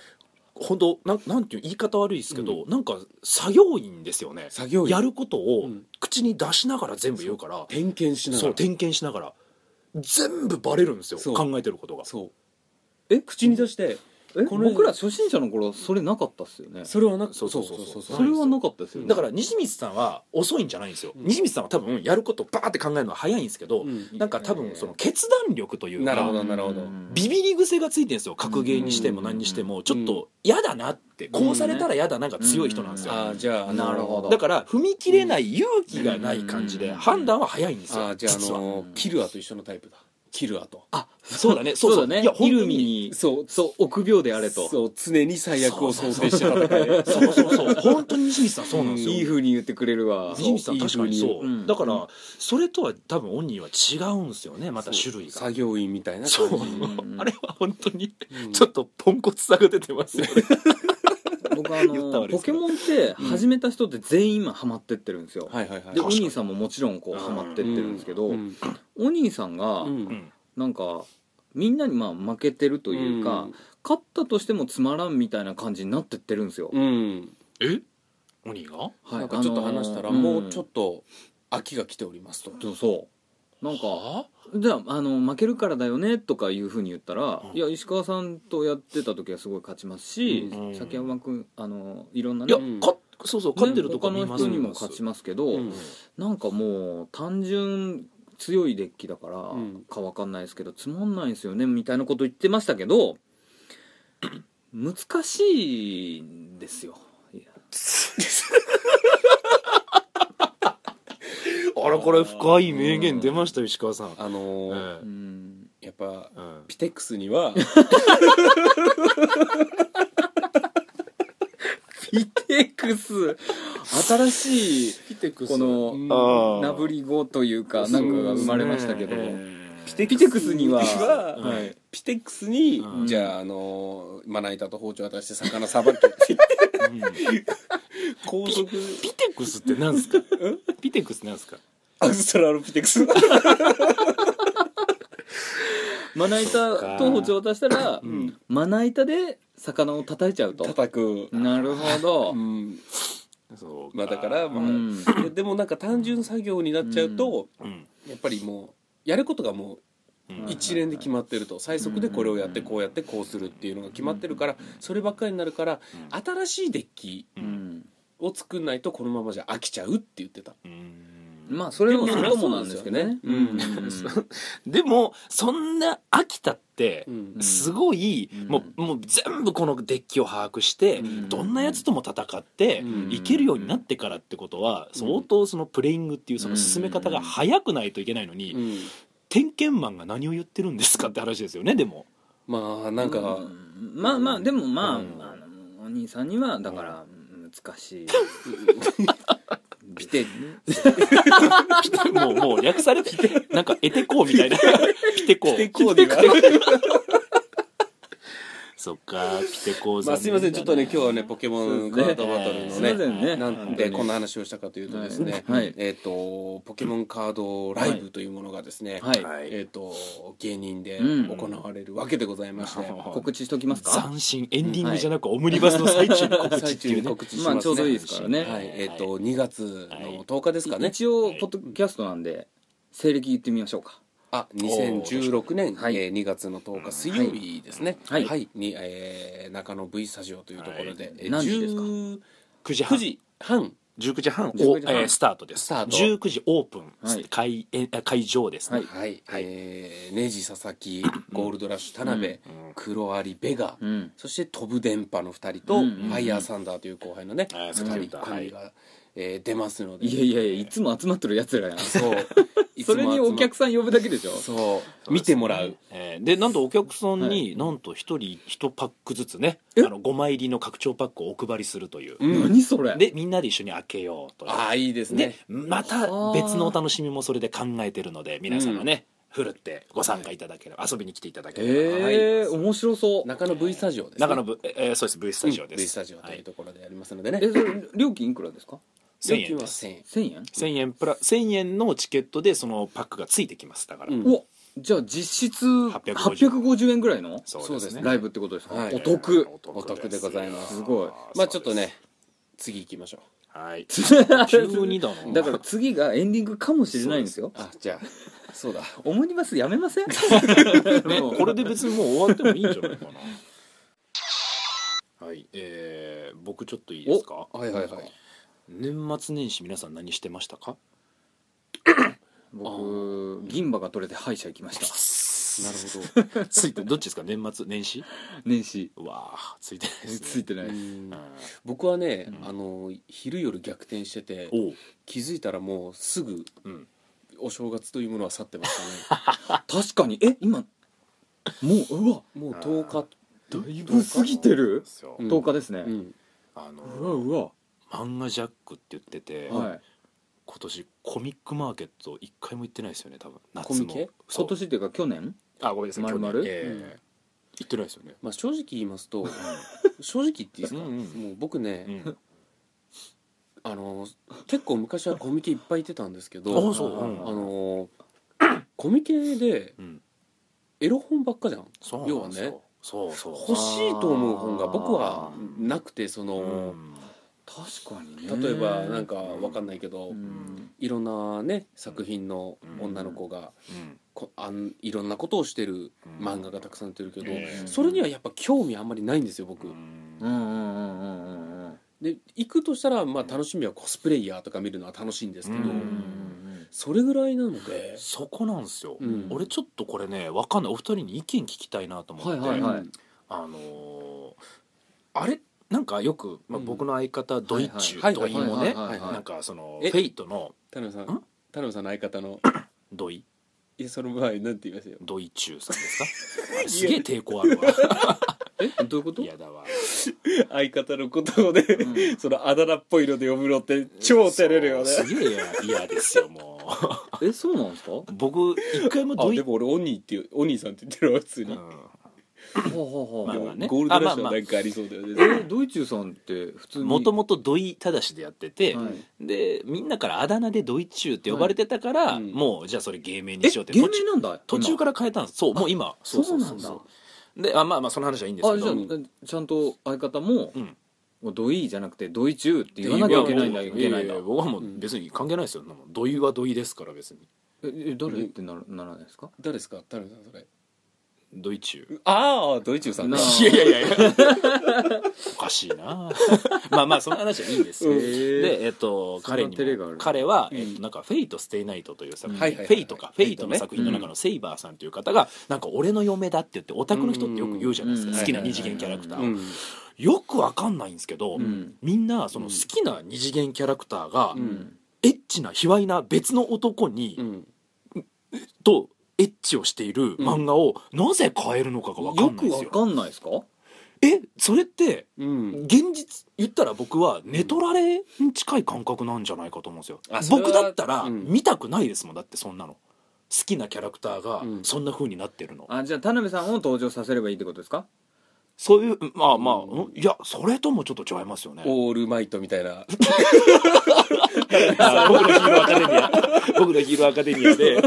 [SPEAKER 2] 本当なんなんていう言い方悪いですけど、なんか作業員ですよね
[SPEAKER 1] 作業員
[SPEAKER 2] やること
[SPEAKER 1] う
[SPEAKER 2] を
[SPEAKER 1] ん
[SPEAKER 2] 口に出しながら全部言うから、
[SPEAKER 1] 点検しなが
[SPEAKER 2] そう
[SPEAKER 1] ら
[SPEAKER 2] 点検しながら全部バレるんですよ
[SPEAKER 1] そう
[SPEAKER 2] 考えてることが
[SPEAKER 1] そうえ口に出してこの
[SPEAKER 3] 僕ら初心者の頃それなかったっすよね
[SPEAKER 1] それはなく
[SPEAKER 2] そうそうそうそう
[SPEAKER 3] それはなかったですよね
[SPEAKER 2] だから西光さんは遅いんじゃないんですよ、
[SPEAKER 1] うん
[SPEAKER 2] 西光さんは多分やることバーって考えるのは早いんですけど、
[SPEAKER 1] うん
[SPEAKER 2] なんか多分その決断力という
[SPEAKER 1] なるほ
[SPEAKER 2] か
[SPEAKER 1] どなるほど
[SPEAKER 2] ビビり癖がついてるんですよ格ゲーにしても何にしてもちょっと嫌だなってこうされたら嫌だなが強い人なんですよ、
[SPEAKER 1] ああじゃあ
[SPEAKER 3] なるほど
[SPEAKER 2] だから踏み切れない勇気がない感じで
[SPEAKER 3] うん
[SPEAKER 2] 判断は早いんですよ、
[SPEAKER 1] ああじゃああ
[SPEAKER 2] 実は
[SPEAKER 1] のーキルアと一緒のタイプだキルアと
[SPEAKER 2] あそう だね
[SPEAKER 3] そうだ
[SPEAKER 2] い
[SPEAKER 3] ね
[SPEAKER 2] や本
[SPEAKER 3] イ
[SPEAKER 2] 当
[SPEAKER 3] ルミに
[SPEAKER 1] そう
[SPEAKER 3] そう臆病であれと
[SPEAKER 1] そう常に最悪を想定して戦え る
[SPEAKER 2] そうそうそう本当に西光さんそうなんですよ、
[SPEAKER 3] いい風に言ってくれるわ
[SPEAKER 2] 西光さん確かにそう、
[SPEAKER 3] いい風にうん
[SPEAKER 2] だから、
[SPEAKER 3] うん
[SPEAKER 2] それとは多分オニーは違うんですよねまた種類が
[SPEAKER 1] 作業員みたいな
[SPEAKER 2] そう
[SPEAKER 1] 感じ
[SPEAKER 3] うん
[SPEAKER 2] あれは本当に
[SPEAKER 1] うん
[SPEAKER 2] ちょっとポンコツさが出てますよね
[SPEAKER 3] 僕あ
[SPEAKER 2] 言ったわ
[SPEAKER 3] の
[SPEAKER 2] けで
[SPEAKER 3] ポ
[SPEAKER 2] す
[SPEAKER 3] ケ
[SPEAKER 2] けど
[SPEAKER 3] モンって始めた人って全員今ハマってってるんですよ、
[SPEAKER 1] はいはいはい
[SPEAKER 3] でお
[SPEAKER 2] 確かに
[SPEAKER 3] 兄さんももちろんこうハマってってるんですけど、
[SPEAKER 1] うん
[SPEAKER 3] お兄さんが
[SPEAKER 1] うん
[SPEAKER 3] なんかみんなにまあ負けてるというか、勝ったとしてもつまらんみたいな感じになってってるんですよ、
[SPEAKER 1] うん
[SPEAKER 2] え鬼が
[SPEAKER 3] はい
[SPEAKER 1] なんかちょっと話したら
[SPEAKER 3] あのー
[SPEAKER 1] もうちょっ
[SPEAKER 3] ん
[SPEAKER 1] と秋が来ておりますと
[SPEAKER 3] そうそうなんか
[SPEAKER 2] は
[SPEAKER 3] じゃああの負けるからだよねとかいうふうに言ったら、
[SPEAKER 2] うん
[SPEAKER 3] いや石川さんとやってた時はすごい勝ちますし、
[SPEAKER 2] うん
[SPEAKER 3] 崎山君あのいろんない
[SPEAKER 2] や
[SPEAKER 3] ね
[SPEAKER 1] うん
[SPEAKER 2] かそうそう勝ってるとか見
[SPEAKER 3] ね、他
[SPEAKER 2] ま
[SPEAKER 3] の
[SPEAKER 2] す
[SPEAKER 3] 人にも勝ちますけど、
[SPEAKER 1] うん
[SPEAKER 3] なんかもう単純強いデッキだから
[SPEAKER 1] うん
[SPEAKER 3] かわかんないですけどつまんないですよねみたいなこと言ってましたけど 難しいんですよいや
[SPEAKER 2] あらこれ深い名言出ましたよ石川さん、
[SPEAKER 1] あのー
[SPEAKER 2] え
[SPEAKER 3] うん
[SPEAKER 1] やっぱ
[SPEAKER 2] えうん
[SPEAKER 1] ピテックスには
[SPEAKER 3] ピテクス新しい
[SPEAKER 1] ピテック
[SPEAKER 3] この
[SPEAKER 1] うん
[SPEAKER 2] あー
[SPEAKER 3] なぶり語というかなんかが生まれましたけど、
[SPEAKER 2] そうですね
[SPEAKER 1] ピ
[SPEAKER 3] ピテクスには
[SPEAKER 1] は
[SPEAKER 2] はい
[SPEAKER 1] ピテックスに、
[SPEAKER 2] うん
[SPEAKER 1] じゃあ、あのーまな板と包丁渡して魚さばけって 高速
[SPEAKER 2] ピテクスってなんですかピテクスなんですか
[SPEAKER 1] アウストラロピテックス
[SPEAKER 3] まな板と包丁を渡したら、
[SPEAKER 2] ん
[SPEAKER 3] まな板で魚を叩いちゃうと
[SPEAKER 1] 叩く、
[SPEAKER 3] なるほど、
[SPEAKER 1] うん
[SPEAKER 2] そう
[SPEAKER 1] まあだから
[SPEAKER 2] う
[SPEAKER 1] まあ、
[SPEAKER 2] ん
[SPEAKER 1] ででもなんか単純作業になっちゃうと、やっぱりもうやることがも
[SPEAKER 2] う
[SPEAKER 1] うん一連で決まってると最速でこれをやってこうやってこうするっていうのが決まってるからそればっかりになるから新しいデッキ
[SPEAKER 3] うん
[SPEAKER 1] を作んないとこのままじゃ飽きちゃうって言ってた。
[SPEAKER 2] うん
[SPEAKER 3] まあそれもそれともなんですけどね
[SPEAKER 1] でも
[SPEAKER 3] うん
[SPEAKER 2] でもそんな秋田って
[SPEAKER 1] うん
[SPEAKER 2] すごい、
[SPEAKER 3] うん
[SPEAKER 2] もうもう全部このデッキを把握して、
[SPEAKER 1] うん
[SPEAKER 2] どんなやつとも戦って、
[SPEAKER 1] うん
[SPEAKER 2] いけるようになってからってことは、相当そのプレイングっていうその進め方が早くないといけないのに、
[SPEAKER 1] うん
[SPEAKER 2] 点検マンが何を言ってるんですかって話ですよねでも。
[SPEAKER 1] まあなんか、
[SPEAKER 3] うんまあまあでもまあ、
[SPEAKER 2] うん
[SPEAKER 3] あのお兄さんにはだから難しい、
[SPEAKER 1] ピテ
[SPEAKER 2] もう、もう略されて、 なんか、得てこうみたいな。ピテコ
[SPEAKER 1] ピテ
[SPEAKER 2] う。
[SPEAKER 1] コーディが
[SPEAKER 2] そっか、ピテコう
[SPEAKER 1] まあすいませんちょっとね今日はねポケモンカードバトル
[SPEAKER 3] す
[SPEAKER 1] の
[SPEAKER 3] いませ
[SPEAKER 1] ね
[SPEAKER 3] んね
[SPEAKER 1] なんでこんな話をしたかというとですね、
[SPEAKER 3] はいはい
[SPEAKER 1] えっ、とポケモンカードライブというものがですね、
[SPEAKER 3] はい、
[SPEAKER 2] はい
[SPEAKER 1] えっ、と芸人で
[SPEAKER 3] うん
[SPEAKER 1] 行われるわけでございま して、
[SPEAKER 2] は
[SPEAKER 3] 告知しときますか
[SPEAKER 2] 斬新、エンディングじゃなく、オムニバスの最中に告知
[SPEAKER 1] 最
[SPEAKER 2] ってい
[SPEAKER 1] 中
[SPEAKER 2] う
[SPEAKER 1] に
[SPEAKER 2] ね。
[SPEAKER 1] 告知しますね。
[SPEAKER 3] まあちょうどいいですからね
[SPEAKER 1] はい、えっ、と2月の10日ですかね。
[SPEAKER 3] 一応ポッドキャストなんで西暦言ってみましょうか
[SPEAKER 1] あ、2016年、
[SPEAKER 3] はい
[SPEAKER 1] えー2月の10日水曜日ですね。
[SPEAKER 3] はい
[SPEAKER 1] に、えー中野 V スタジオというところで、
[SPEAKER 2] はい
[SPEAKER 1] えー
[SPEAKER 3] 何時ですか
[SPEAKER 1] 10
[SPEAKER 2] 9時
[SPEAKER 1] 9
[SPEAKER 2] 半。
[SPEAKER 1] 時
[SPEAKER 2] 19
[SPEAKER 1] 半
[SPEAKER 2] 時半、お
[SPEAKER 3] 19時半
[SPEAKER 2] えースタートです。
[SPEAKER 1] スタート
[SPEAKER 2] 19時オープン、
[SPEAKER 3] はい
[SPEAKER 2] 会えー会場ですね。
[SPEAKER 3] はい
[SPEAKER 1] はい、えーネジ佐々木ゴールドラッシュ田辺、
[SPEAKER 2] うん
[SPEAKER 1] 黒有ベガ、
[SPEAKER 3] うん
[SPEAKER 1] そして飛ぶ電波の2人と、
[SPEAKER 3] うんうんうん
[SPEAKER 1] ファイヤーサンダーという後輩のね、
[SPEAKER 2] あー
[SPEAKER 1] 二
[SPEAKER 2] そう
[SPEAKER 1] 人
[SPEAKER 2] だ
[SPEAKER 1] 組が、えー出ますので
[SPEAKER 3] いやいやいやいつも集まってるやつらやん
[SPEAKER 1] そういつ
[SPEAKER 3] そ
[SPEAKER 1] も集
[SPEAKER 3] れ
[SPEAKER 1] ま
[SPEAKER 3] にお客さん呼ぶだけでしょ
[SPEAKER 1] そう見てもらう、
[SPEAKER 2] えーでなんとお客さんに、
[SPEAKER 3] は
[SPEAKER 2] なんと一人一パックずつねあ
[SPEAKER 3] え
[SPEAKER 2] の5枚入りの拡張パックをお配りするという、
[SPEAKER 1] うん
[SPEAKER 3] 何それ
[SPEAKER 2] でみんなで一緒に開けようという
[SPEAKER 1] ああいいです
[SPEAKER 2] で
[SPEAKER 1] ね
[SPEAKER 2] また別のお楽しみもそれで考えてるので皆さんがね、ふるってご参加いただければ遊びに来ていただければ、
[SPEAKER 3] えー、面白そう
[SPEAKER 1] 中野 V スタジオです、ね、
[SPEAKER 2] 中野部、えーそうです V スタジオです、
[SPEAKER 1] V スタジオと
[SPEAKER 2] はいいう
[SPEAKER 1] ところでやりますのでね、
[SPEAKER 3] えそれ料金いくらですか
[SPEAKER 2] 1000
[SPEAKER 1] 料金
[SPEAKER 2] 円
[SPEAKER 1] は
[SPEAKER 2] です
[SPEAKER 1] 1000円
[SPEAKER 3] 1000円
[SPEAKER 2] 1000円プラ1000円のチケットでそのパックがついてきますだから、
[SPEAKER 1] うん
[SPEAKER 3] おじゃあ実質
[SPEAKER 2] 850
[SPEAKER 3] 850円ぐらいの
[SPEAKER 2] そうですね
[SPEAKER 3] ライブってことですか、
[SPEAKER 1] はい
[SPEAKER 3] お得
[SPEAKER 1] お得でございます
[SPEAKER 3] すごい
[SPEAKER 1] まあちょっとね次行きましょう
[SPEAKER 2] はい急に
[SPEAKER 3] だ
[SPEAKER 2] だな
[SPEAKER 3] から次がエンディングかもしれないんですよ
[SPEAKER 1] あじゃあそうだ
[SPEAKER 3] オムニバスやめま せん
[SPEAKER 2] ね、
[SPEAKER 3] もう
[SPEAKER 2] これで別にもう終わってもいいんじゃないか なはいえー、僕ちょっといいですか
[SPEAKER 1] はいはいはい
[SPEAKER 2] 年末年始皆さん何してましたか
[SPEAKER 3] 僕銀歯が取れて歯医者行き ました
[SPEAKER 1] なるほど
[SPEAKER 2] ついてどっちですか年末年始
[SPEAKER 3] 年始
[SPEAKER 2] うわあついてないです、
[SPEAKER 3] ついてない、
[SPEAKER 1] うん
[SPEAKER 2] うん
[SPEAKER 1] 僕はね、
[SPEAKER 2] うん
[SPEAKER 1] あの昼夜逆転してて
[SPEAKER 2] おう、
[SPEAKER 1] 気づいたらもうすぐ
[SPEAKER 2] うん、
[SPEAKER 1] お正月というものは去ってましたね
[SPEAKER 3] 確かにえ今もううわ
[SPEAKER 1] もう10日
[SPEAKER 2] だい
[SPEAKER 3] ぶ過ぎて
[SPEAKER 1] う
[SPEAKER 3] る
[SPEAKER 1] ん
[SPEAKER 3] 10日ですね、
[SPEAKER 1] うん
[SPEAKER 2] あの
[SPEAKER 3] うわうわ
[SPEAKER 2] 漫画ジャックって言ってて、
[SPEAKER 3] はい
[SPEAKER 2] 今年コミックマーケット一回も行ってないですよね多分
[SPEAKER 1] コ
[SPEAKER 2] 夏
[SPEAKER 1] ミ
[SPEAKER 2] の
[SPEAKER 1] ケ
[SPEAKER 2] そ
[SPEAKER 3] 今
[SPEAKER 2] う
[SPEAKER 3] 年っていうか去年
[SPEAKER 2] あごめんなさい
[SPEAKER 3] 丸々
[SPEAKER 2] 去年ええ言ってないですよね
[SPEAKER 1] まあ正直言いま すと正直言っていいですか、
[SPEAKER 2] うんうん
[SPEAKER 1] もう僕ね、
[SPEAKER 2] うん
[SPEAKER 1] あの結構昔はコミケいっぱい行ってたんですけど
[SPEAKER 2] あそううん
[SPEAKER 1] あのコミケで
[SPEAKER 2] うん
[SPEAKER 1] エロ本ばっかじゃん
[SPEAKER 2] そう
[SPEAKER 1] 要はね
[SPEAKER 2] そうそう
[SPEAKER 1] 欲しいと思う本が僕はなくてその、
[SPEAKER 3] 確かにね
[SPEAKER 1] 例えばなんかわかんないけど、
[SPEAKER 3] うん
[SPEAKER 1] いろんなね作品の女の子がこあんいろんなことをしてる漫画がたくさん出てるけど、
[SPEAKER 2] ええ
[SPEAKER 1] それにはやっぱ興味あんまりないんですよ僕、
[SPEAKER 3] うんうんうんうんうんうん
[SPEAKER 1] で行くとしたらまあ楽しみはコスプレイヤーとか見るのは楽しいんですけど、
[SPEAKER 2] うん
[SPEAKER 3] うん
[SPEAKER 1] それぐらいなので、
[SPEAKER 2] そこなんですよ、
[SPEAKER 1] うん
[SPEAKER 2] 俺ちょっとこれねわかんないお二人に意見聞きたいなと思って、
[SPEAKER 3] はいはいはい
[SPEAKER 2] あのーあれなんかよく、まあ、
[SPEAKER 1] うん
[SPEAKER 2] 僕の相方、ドイッチ
[SPEAKER 1] は
[SPEAKER 2] ュ
[SPEAKER 1] い
[SPEAKER 2] ド
[SPEAKER 1] はい
[SPEAKER 2] イも
[SPEAKER 3] はい
[SPEAKER 2] ね
[SPEAKER 3] はいはいはい
[SPEAKER 2] なんかそのフ
[SPEAKER 1] え
[SPEAKER 2] ェイトの
[SPEAKER 1] 田辺さん
[SPEAKER 2] ん
[SPEAKER 1] 田辺さんの相方の
[SPEAKER 2] ドイ
[SPEAKER 1] いやその場合なんて言いましたよ
[SPEAKER 2] ドイチュさん ですかあれすげえ抵抗あるわ
[SPEAKER 3] えどういうこと
[SPEAKER 2] 嫌だわ
[SPEAKER 1] 相方のことをね、
[SPEAKER 3] う
[SPEAKER 1] そのあだ名っぽいので呼ぶのって超照れるよね
[SPEAKER 2] そうすげえ嫌嫌ですよも
[SPEAKER 3] えそうなんですか
[SPEAKER 2] う 僕一回も
[SPEAKER 1] あ
[SPEAKER 2] ドイ
[SPEAKER 1] でも俺オニーっていうオニーさんって言ってるわ普通に、
[SPEAKER 2] うん
[SPEAKER 3] ほうほうほう
[SPEAKER 2] まあ
[SPEAKER 1] で
[SPEAKER 2] まあ
[SPEAKER 1] も
[SPEAKER 2] ね
[SPEAKER 1] ゴールドラッシ
[SPEAKER 2] あ
[SPEAKER 1] ュ
[SPEAKER 2] まあ
[SPEAKER 1] は
[SPEAKER 2] まあ
[SPEAKER 1] なんかありそうだよね、
[SPEAKER 3] えドイチューさんって普通に
[SPEAKER 2] もともと土井正でやってて、
[SPEAKER 3] は
[SPEAKER 2] でみんなからあだ名で土井中って呼ばれてたから、
[SPEAKER 1] いうん
[SPEAKER 2] もうじゃあそれ芸名
[SPEAKER 3] え
[SPEAKER 2] にしようって
[SPEAKER 3] 芸
[SPEAKER 2] 途中
[SPEAKER 3] 名なんだ
[SPEAKER 2] 途中からら変えたんですそうもう今
[SPEAKER 3] そう
[SPEAKER 2] そう
[SPEAKER 3] なんだ
[SPEAKER 2] そうであまあまあその話はいいんです
[SPEAKER 3] あ
[SPEAKER 2] け
[SPEAKER 3] じゃ
[SPEAKER 2] ど
[SPEAKER 3] あちゃんと相方も
[SPEAKER 2] うん
[SPEAKER 3] もうドイじゃなくてドイチューって言わなきゃいけないんだ
[SPEAKER 2] い
[SPEAKER 3] い
[SPEAKER 2] やいや
[SPEAKER 3] けないん
[SPEAKER 2] や
[SPEAKER 3] だ
[SPEAKER 2] や僕はもう別に関係ないですよもう土井は土井ですから別に
[SPEAKER 3] ええ誰ってならならないですか
[SPEAKER 1] 誰ですか田辺さんそれ
[SPEAKER 2] 土井中
[SPEAKER 1] ああドイチューさんね
[SPEAKER 3] なあ
[SPEAKER 2] いやいやいやいや おかしいな まあまあその話はいいんですよ
[SPEAKER 1] うん
[SPEAKER 2] でえっと
[SPEAKER 3] そんな
[SPEAKER 2] 彼に
[SPEAKER 3] 照れがあ
[SPEAKER 2] も
[SPEAKER 3] る
[SPEAKER 2] 彼は、
[SPEAKER 1] うん
[SPEAKER 2] えっと、なんか「フェイト・ステイ・ナイト」という作
[SPEAKER 3] うん
[SPEAKER 2] 品、
[SPEAKER 3] はい
[SPEAKER 1] はいはい
[SPEAKER 2] フェイトか、
[SPEAKER 1] はい
[SPEAKER 2] フェイト
[SPEAKER 1] フェイト
[SPEAKER 2] の
[SPEAKER 1] ね
[SPEAKER 2] 作品の中のセイバーさんという方が、なんか俺の嫁だって言ってオタクの人ってよく言うじゃないですか、
[SPEAKER 1] うん
[SPEAKER 2] 好きな二次元キャラクター、
[SPEAKER 1] うん
[SPEAKER 2] よくわかんないんですけど、
[SPEAKER 3] うん
[SPEAKER 2] みんなその好きな二次元キャラクターが、
[SPEAKER 1] うん
[SPEAKER 2] エッチな卑猥な別の男に、
[SPEAKER 1] うん
[SPEAKER 2] とエッチをしている漫画をなぜ変えるのかがわか
[SPEAKER 3] よ
[SPEAKER 2] んないん
[SPEAKER 3] く
[SPEAKER 2] です
[SPEAKER 3] わ
[SPEAKER 2] よ
[SPEAKER 3] かんないですか
[SPEAKER 2] えそれって
[SPEAKER 1] うん
[SPEAKER 2] 現実言ったら僕は寝取られに近い感覚なんじゃないかと思うんですよ
[SPEAKER 1] あそれは
[SPEAKER 2] 僕だったら
[SPEAKER 1] うん
[SPEAKER 2] 見たくないですもんだってそんなの好きなキャラクターが
[SPEAKER 1] うん
[SPEAKER 2] そんな風になってるの、
[SPEAKER 3] あじゃあ田辺さんを登場させればいいってことで すか
[SPEAKER 2] そういうまあまあ、
[SPEAKER 1] うん
[SPEAKER 2] うんいやそれともちょっと違いますよね
[SPEAKER 1] オールマイトみたいな
[SPEAKER 2] あ僕のヒーローアカデミア僕のヒーローアカデミアで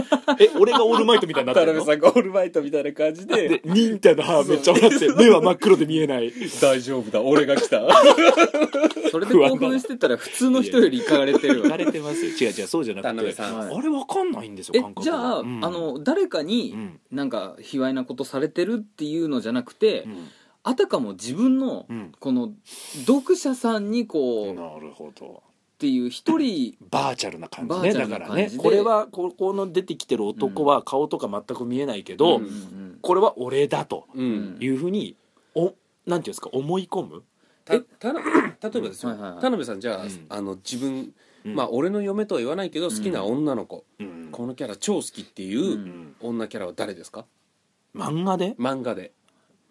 [SPEAKER 2] え俺がオールマイトみたいになって
[SPEAKER 1] 田
[SPEAKER 2] る
[SPEAKER 1] 辺
[SPEAKER 2] の
[SPEAKER 1] さんがオールマイトみたいな感じで
[SPEAKER 2] で忍者の歯めっちゃ笑って目は真っ黒で見えない
[SPEAKER 1] 大丈夫だ俺が来た
[SPEAKER 3] それで興奮してたら普通の人より行かれてるよ
[SPEAKER 2] 慣れてますよ違う違うそうじゃな
[SPEAKER 1] 田
[SPEAKER 2] く
[SPEAKER 1] 辺
[SPEAKER 2] て
[SPEAKER 1] さん
[SPEAKER 3] は
[SPEAKER 2] あ
[SPEAKER 3] い
[SPEAKER 2] れわかんないんです
[SPEAKER 3] え
[SPEAKER 2] よ感覚
[SPEAKER 3] じゃあ、
[SPEAKER 2] うん
[SPEAKER 3] あの誰か
[SPEAKER 2] う
[SPEAKER 3] に
[SPEAKER 2] ん
[SPEAKER 3] なんか卑猥なことされてるっていうのじゃなくて、
[SPEAKER 2] うん
[SPEAKER 3] あたかも自分の
[SPEAKER 2] うん
[SPEAKER 3] この読者さんにこう、っ
[SPEAKER 2] なるほど
[SPEAKER 3] ていう一人
[SPEAKER 2] バーチャルな感じ
[SPEAKER 3] バ
[SPEAKER 2] ね
[SPEAKER 3] ーチャ
[SPEAKER 2] だ
[SPEAKER 3] ル
[SPEAKER 2] か
[SPEAKER 3] な
[SPEAKER 2] ら
[SPEAKER 3] 感じで
[SPEAKER 2] ねこれはここの出てきてる男は顔とか全く見えないけど、
[SPEAKER 1] うん
[SPEAKER 2] これは俺だと
[SPEAKER 1] う
[SPEAKER 3] うん
[SPEAKER 2] いうふうにおなんていうんですか思い込む、
[SPEAKER 1] たたな例えばですよ、
[SPEAKER 3] はいはいはい
[SPEAKER 1] 田辺さんじゃあ,、
[SPEAKER 2] うん
[SPEAKER 1] あの自分、
[SPEAKER 2] うん
[SPEAKER 1] まあ俺の嫁とは言わないけど好きな女の子、
[SPEAKER 2] うん
[SPEAKER 1] このキャラ超好きっていうう、
[SPEAKER 3] ん
[SPEAKER 1] 女キャラは誰ですか
[SPEAKER 2] 漫画で、
[SPEAKER 1] 漫画で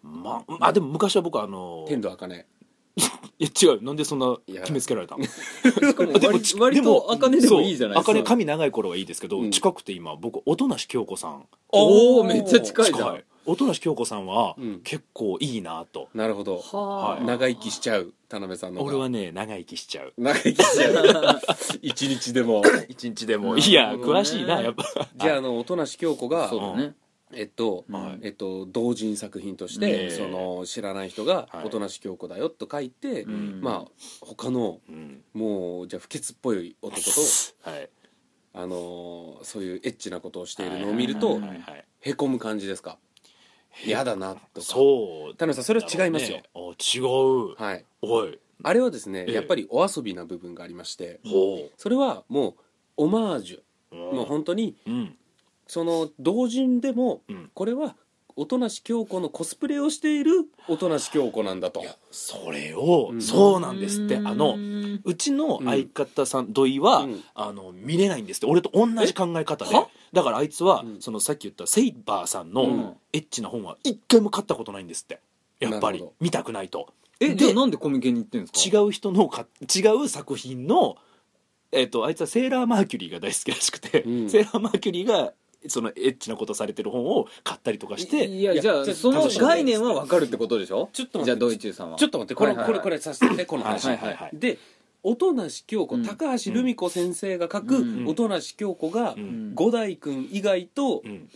[SPEAKER 2] ま、あでも昔は僕あの
[SPEAKER 1] 天童茜
[SPEAKER 2] いや違うなんでそんない
[SPEAKER 1] や
[SPEAKER 2] 決めつけら れたの
[SPEAKER 3] しかも割
[SPEAKER 2] ち
[SPEAKER 3] 割と茜でもいいじゃないです
[SPEAKER 2] そう
[SPEAKER 3] か
[SPEAKER 2] 茜髪長い頃はいいですけど、
[SPEAKER 1] うん
[SPEAKER 2] 近くて今僕音無京子さん
[SPEAKER 3] おおめっちゃ近いじゃん
[SPEAKER 2] 近い音無京子さんは
[SPEAKER 1] うん
[SPEAKER 2] 結構いいなと、
[SPEAKER 1] なるほど
[SPEAKER 3] はあ、
[SPEAKER 2] はい
[SPEAKER 1] 長生きしちゃう田辺さんの方が
[SPEAKER 2] 俺はね長生きしちゃう
[SPEAKER 1] 長生きしちゃ う一日で も
[SPEAKER 2] 一日でも
[SPEAKER 3] なるほど
[SPEAKER 2] い
[SPEAKER 3] ね
[SPEAKER 2] や詳しいなやっぱ
[SPEAKER 1] じゃああの音無京子が
[SPEAKER 3] そうだね、
[SPEAKER 1] えっと、
[SPEAKER 2] はい
[SPEAKER 1] えっと、同人作品とし
[SPEAKER 2] え
[SPEAKER 1] て、
[SPEAKER 2] え
[SPEAKER 1] その知らない人が
[SPEAKER 2] はい
[SPEAKER 1] 音無京子だよと書いて、
[SPEAKER 3] ん
[SPEAKER 1] まあ他の
[SPEAKER 2] うん
[SPEAKER 1] もうじゃあ不潔っぽい男と、
[SPEAKER 2] はい
[SPEAKER 1] あのーそういうエッチなことをしているのを見ると、
[SPEAKER 2] はいはいはいはい
[SPEAKER 1] へこむ感じですか嫌だなとか
[SPEAKER 2] そう
[SPEAKER 1] 田辺さんそれは違いますよ、
[SPEAKER 2] だろうねあ違う
[SPEAKER 1] はい
[SPEAKER 2] おい
[SPEAKER 1] あれはですね、
[SPEAKER 2] ええ
[SPEAKER 1] やっぱりお遊びな部分がありまして
[SPEAKER 2] ほ
[SPEAKER 1] それはもうオマージ
[SPEAKER 2] う
[SPEAKER 1] ュもう本当に
[SPEAKER 2] うん
[SPEAKER 1] その同人でも
[SPEAKER 2] うん
[SPEAKER 1] これは音無京子のコスプレをしている音無京子なんだと
[SPEAKER 2] いやそれを
[SPEAKER 1] うん
[SPEAKER 2] そうなんですってあ
[SPEAKER 3] う
[SPEAKER 2] の
[SPEAKER 3] ん
[SPEAKER 2] うちの相方さん土井は
[SPEAKER 1] うん
[SPEAKER 2] あの見れないんですって俺と同じ考え方で
[SPEAKER 3] えは
[SPEAKER 2] だからあいつは
[SPEAKER 1] うん
[SPEAKER 2] そのさっき言ったセイバーさん
[SPEAKER 3] うん
[SPEAKER 2] のエッチな本は一回も買ったことないんですってやっぱ
[SPEAKER 1] な
[SPEAKER 2] り
[SPEAKER 1] るほど
[SPEAKER 2] 見たくないと
[SPEAKER 3] え
[SPEAKER 2] で
[SPEAKER 3] じゃあなんでコミケに行ってんですか
[SPEAKER 2] 違う人のか違う作品の、えっとあいつはセーラーマーキュリーが大好きらしくて、
[SPEAKER 1] うん
[SPEAKER 2] セーラーマーキュリーがそのエッチなことされてる本を買ったりとかして
[SPEAKER 3] いや
[SPEAKER 1] いや
[SPEAKER 3] じゃあ
[SPEAKER 1] ちょっと
[SPEAKER 3] その
[SPEAKER 1] 楽しんで
[SPEAKER 3] 概念は分かるってことでしょ
[SPEAKER 1] ちょっと待って
[SPEAKER 3] じゃあドイチューさんは
[SPEAKER 1] ちょっと待ってこれ、
[SPEAKER 3] はいはいはい
[SPEAKER 1] これこれさせてこの話、
[SPEAKER 2] はいはいはい
[SPEAKER 1] で音梨京子、
[SPEAKER 3] うん
[SPEAKER 1] 高橋留美子先生が書く、
[SPEAKER 3] うん
[SPEAKER 1] 音梨京子が、
[SPEAKER 2] うん
[SPEAKER 3] うん
[SPEAKER 1] 五代君以外と
[SPEAKER 2] うん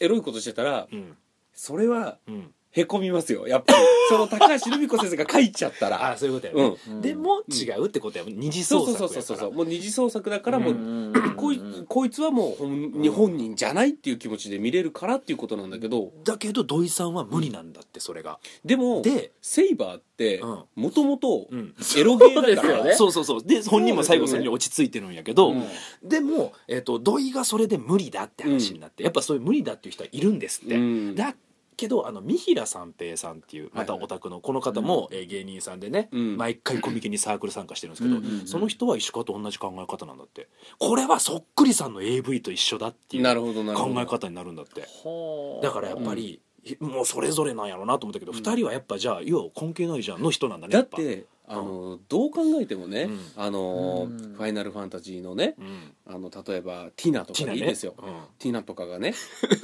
[SPEAKER 1] エロいことしてたら、
[SPEAKER 2] うん
[SPEAKER 1] それは
[SPEAKER 2] うん
[SPEAKER 1] へこみますよやっぱり その高橋留美子先生が書いちゃった
[SPEAKER 2] あ
[SPEAKER 1] ら
[SPEAKER 2] あそういうことや
[SPEAKER 1] う
[SPEAKER 2] ね
[SPEAKER 1] ん
[SPEAKER 3] うん
[SPEAKER 2] でも違うってことや二次
[SPEAKER 1] そ
[SPEAKER 2] 創
[SPEAKER 1] うそうそ
[SPEAKER 2] 作
[SPEAKER 1] うそ
[SPEAKER 2] や
[SPEAKER 1] うそう
[SPEAKER 2] から
[SPEAKER 1] そうもう二次創作だからもう、
[SPEAKER 3] んんん
[SPEAKER 1] こいこいつはもう本日本人じゃないっていう気持ちで見れるからっていうことなんだけど
[SPEAKER 2] だけど土井さんは無理なんだってそれが
[SPEAKER 1] でも
[SPEAKER 2] で
[SPEAKER 1] セイバーって
[SPEAKER 2] うん
[SPEAKER 1] もともと
[SPEAKER 2] うん
[SPEAKER 1] エロゲーだ
[SPEAKER 3] そうです
[SPEAKER 1] か
[SPEAKER 3] よ
[SPEAKER 1] ら
[SPEAKER 3] ね
[SPEAKER 2] そうそうそうで本人も最後それに落ち着いてるんやけど、
[SPEAKER 1] うん
[SPEAKER 2] でも、えっと土井がそれで無理だって話になって、やっぱそういう無理だっていう人はいるんですって、
[SPEAKER 1] うん
[SPEAKER 2] だけどあの三平三平さんっていうまたオタクのこの方も、えー芸人さんでね、
[SPEAKER 1] うん
[SPEAKER 2] 毎回コミケにサークル参加してるんですけど、
[SPEAKER 3] うんうんうん
[SPEAKER 2] その人は石川と同じ考え方なんだってこれはそっくりさんの AV と一緒だっていう考
[SPEAKER 1] なるほどなるほど
[SPEAKER 2] え方になるんだって
[SPEAKER 3] はあ
[SPEAKER 2] だからやっぱり、もうそれぞれなんやろうなと思ったけど、
[SPEAKER 1] うん
[SPEAKER 2] 二人はやっぱじゃあ要は関係ないじゃんの人なんだね
[SPEAKER 1] だ
[SPEAKER 2] や
[SPEAKER 1] っ
[SPEAKER 2] ぱ
[SPEAKER 1] てあのどう考えてもね、
[SPEAKER 2] うん
[SPEAKER 1] あの
[SPEAKER 3] うん
[SPEAKER 1] ファイナルファンタジーのね
[SPEAKER 2] うん
[SPEAKER 1] あの例えばティナと
[SPEAKER 2] ティ
[SPEAKER 1] か
[SPEAKER 2] ナ
[SPEAKER 1] で
[SPEAKER 2] ね
[SPEAKER 1] いいですよティ,、
[SPEAKER 2] うん
[SPEAKER 1] ナとか がね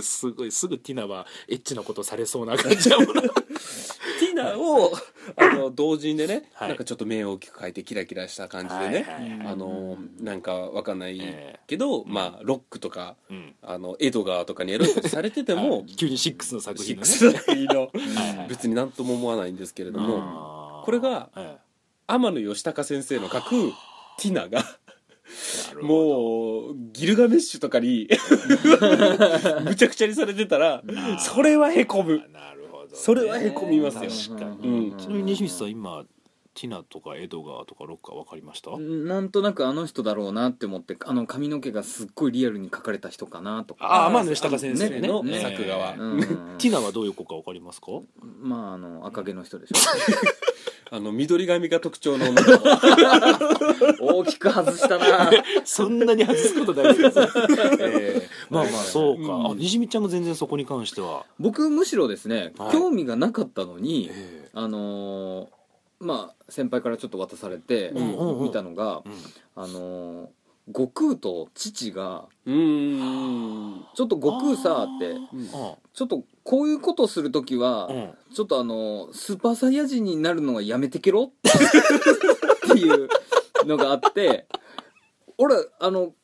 [SPEAKER 2] すごいすぐティナはエッチなことされそうな感じやもんな
[SPEAKER 1] ティナをあの同時にでね、
[SPEAKER 2] はい
[SPEAKER 1] なんかちょっと目を大きく変えてキラキラした感じでね、
[SPEAKER 2] はいはい
[SPEAKER 1] あのなんかわかんない
[SPEAKER 2] ええ
[SPEAKER 1] けど、まあロックとか
[SPEAKER 2] うん
[SPEAKER 1] あのエドガーとかにエロいことされてて
[SPEAKER 2] あ
[SPEAKER 1] も
[SPEAKER 2] 急にシックスの作
[SPEAKER 1] シ
[SPEAKER 2] 品の
[SPEAKER 1] ック
[SPEAKER 2] ね
[SPEAKER 1] スだけいいの
[SPEAKER 2] はいはい
[SPEAKER 1] 別に何とも思わないんですけれども
[SPEAKER 2] あー
[SPEAKER 1] これが
[SPEAKER 2] え
[SPEAKER 1] 天野義高先生の書くティナが
[SPEAKER 2] えなるほど
[SPEAKER 1] もうギルガメッシュとかにむちゃくちゃにされてたら
[SPEAKER 2] ー
[SPEAKER 1] それはへこむ
[SPEAKER 2] なるほどね
[SPEAKER 1] それはへこみますよ
[SPEAKER 2] 確か
[SPEAKER 1] う
[SPEAKER 2] に
[SPEAKER 1] ん
[SPEAKER 2] ちなみに西光さん今ティナとかエドガーとかロッカー分かりました
[SPEAKER 3] なんとなくあの人だろうなって思ってあの髪の毛がすっごいリアルに描かれた人かなとか
[SPEAKER 2] ああまあ吉高先生の
[SPEAKER 3] ねね
[SPEAKER 1] 作画は
[SPEAKER 2] え
[SPEAKER 3] う
[SPEAKER 2] え
[SPEAKER 3] ん
[SPEAKER 2] ティナはどういう子か分かりますか
[SPEAKER 3] まああの赤毛の人 でしょ
[SPEAKER 1] あの緑髪が特徴の女の子
[SPEAKER 3] 大きく外したな
[SPEAKER 2] そんなに外すことない ですええまあまあそうか
[SPEAKER 1] うん
[SPEAKER 2] あ西光ちゃんも全然そこに関しては
[SPEAKER 3] 僕むしろですね
[SPEAKER 2] はい
[SPEAKER 3] 興味がなかったのに、
[SPEAKER 2] え
[SPEAKER 3] あのーまあ先輩からちょっと渡されて、
[SPEAKER 1] うん
[SPEAKER 2] うんうん
[SPEAKER 3] 見たのが
[SPEAKER 2] えうん
[SPEAKER 3] あのー悟空と父が
[SPEAKER 1] うーん
[SPEAKER 3] ちょっと悟空さ
[SPEAKER 2] あー
[SPEAKER 3] って
[SPEAKER 2] うん
[SPEAKER 3] ちょっとこういうことする時は、
[SPEAKER 2] うん
[SPEAKER 3] ちょっとあのースーパーサイヤ人になるのはやめてけろっていうのがあって俺あの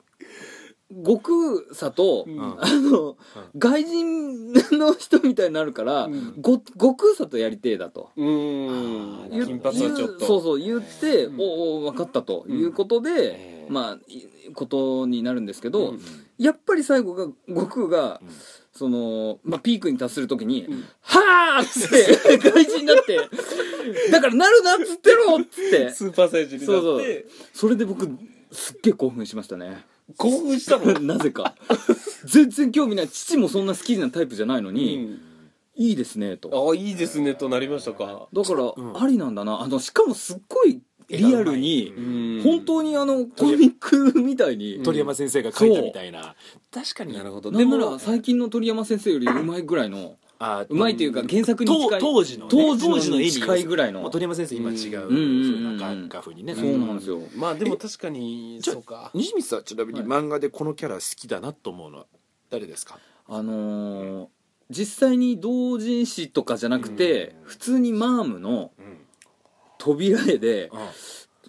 [SPEAKER 3] 悟空さと、
[SPEAKER 1] うん
[SPEAKER 3] あの、外人の人みたいになるから、
[SPEAKER 1] うん
[SPEAKER 3] ご悟空さとやりてえだと。
[SPEAKER 1] うーん
[SPEAKER 2] あ
[SPEAKER 3] 言
[SPEAKER 2] ー
[SPEAKER 3] う
[SPEAKER 1] 金髪はちょっと
[SPEAKER 3] そうそう言って、
[SPEAKER 1] うん
[SPEAKER 3] おうおう分かったということで、
[SPEAKER 2] うん
[SPEAKER 3] まあいことになるんですけど、
[SPEAKER 1] うん
[SPEAKER 3] やっぱり最後が悟空が、
[SPEAKER 2] うん
[SPEAKER 3] その、まあ、ピークに達するときに「
[SPEAKER 1] うん
[SPEAKER 3] はあ!」っつって外人になって「だからなるなっつってろ!」っつって
[SPEAKER 1] スーパーサイズになって
[SPEAKER 3] そうそうそれで僕すっげえ興奮しましたね
[SPEAKER 1] 興奮したの
[SPEAKER 3] なぜか全然興味ない父もそんな好きなタイプじゃないのに、いいですねと
[SPEAKER 1] ああいいですねとなりましたか
[SPEAKER 3] だから、
[SPEAKER 2] うん
[SPEAKER 3] ありなんだなあのしかもすっごいリアルに
[SPEAKER 2] う
[SPEAKER 3] 本当にあのコミックみたいに、
[SPEAKER 1] うん
[SPEAKER 2] 鳥山先生が書いたみたいな確かに
[SPEAKER 1] なるほど
[SPEAKER 3] で
[SPEAKER 1] で
[SPEAKER 3] も
[SPEAKER 1] も
[SPEAKER 3] 最近の鳥山先生よりうまいぐらいの
[SPEAKER 2] あ
[SPEAKER 3] うまいというか原作に近い
[SPEAKER 2] 当当時のね
[SPEAKER 3] 当時の
[SPEAKER 2] 当時の絵に
[SPEAKER 3] 近いぐらいの
[SPEAKER 2] もう鳥山先生今違う
[SPEAKER 3] う
[SPEAKER 2] そ
[SPEAKER 3] んうんうんうん
[SPEAKER 2] ういう画風にね
[SPEAKER 3] そうなんですよ
[SPEAKER 1] まあでも確かにそうか
[SPEAKER 2] 西光さんちなみに
[SPEAKER 3] はい
[SPEAKER 2] 漫画でこのキャラ好きだなと思うのは誰ですか
[SPEAKER 3] あのー実際に同人誌とかじゃなくて、普通にマームの扉絵で、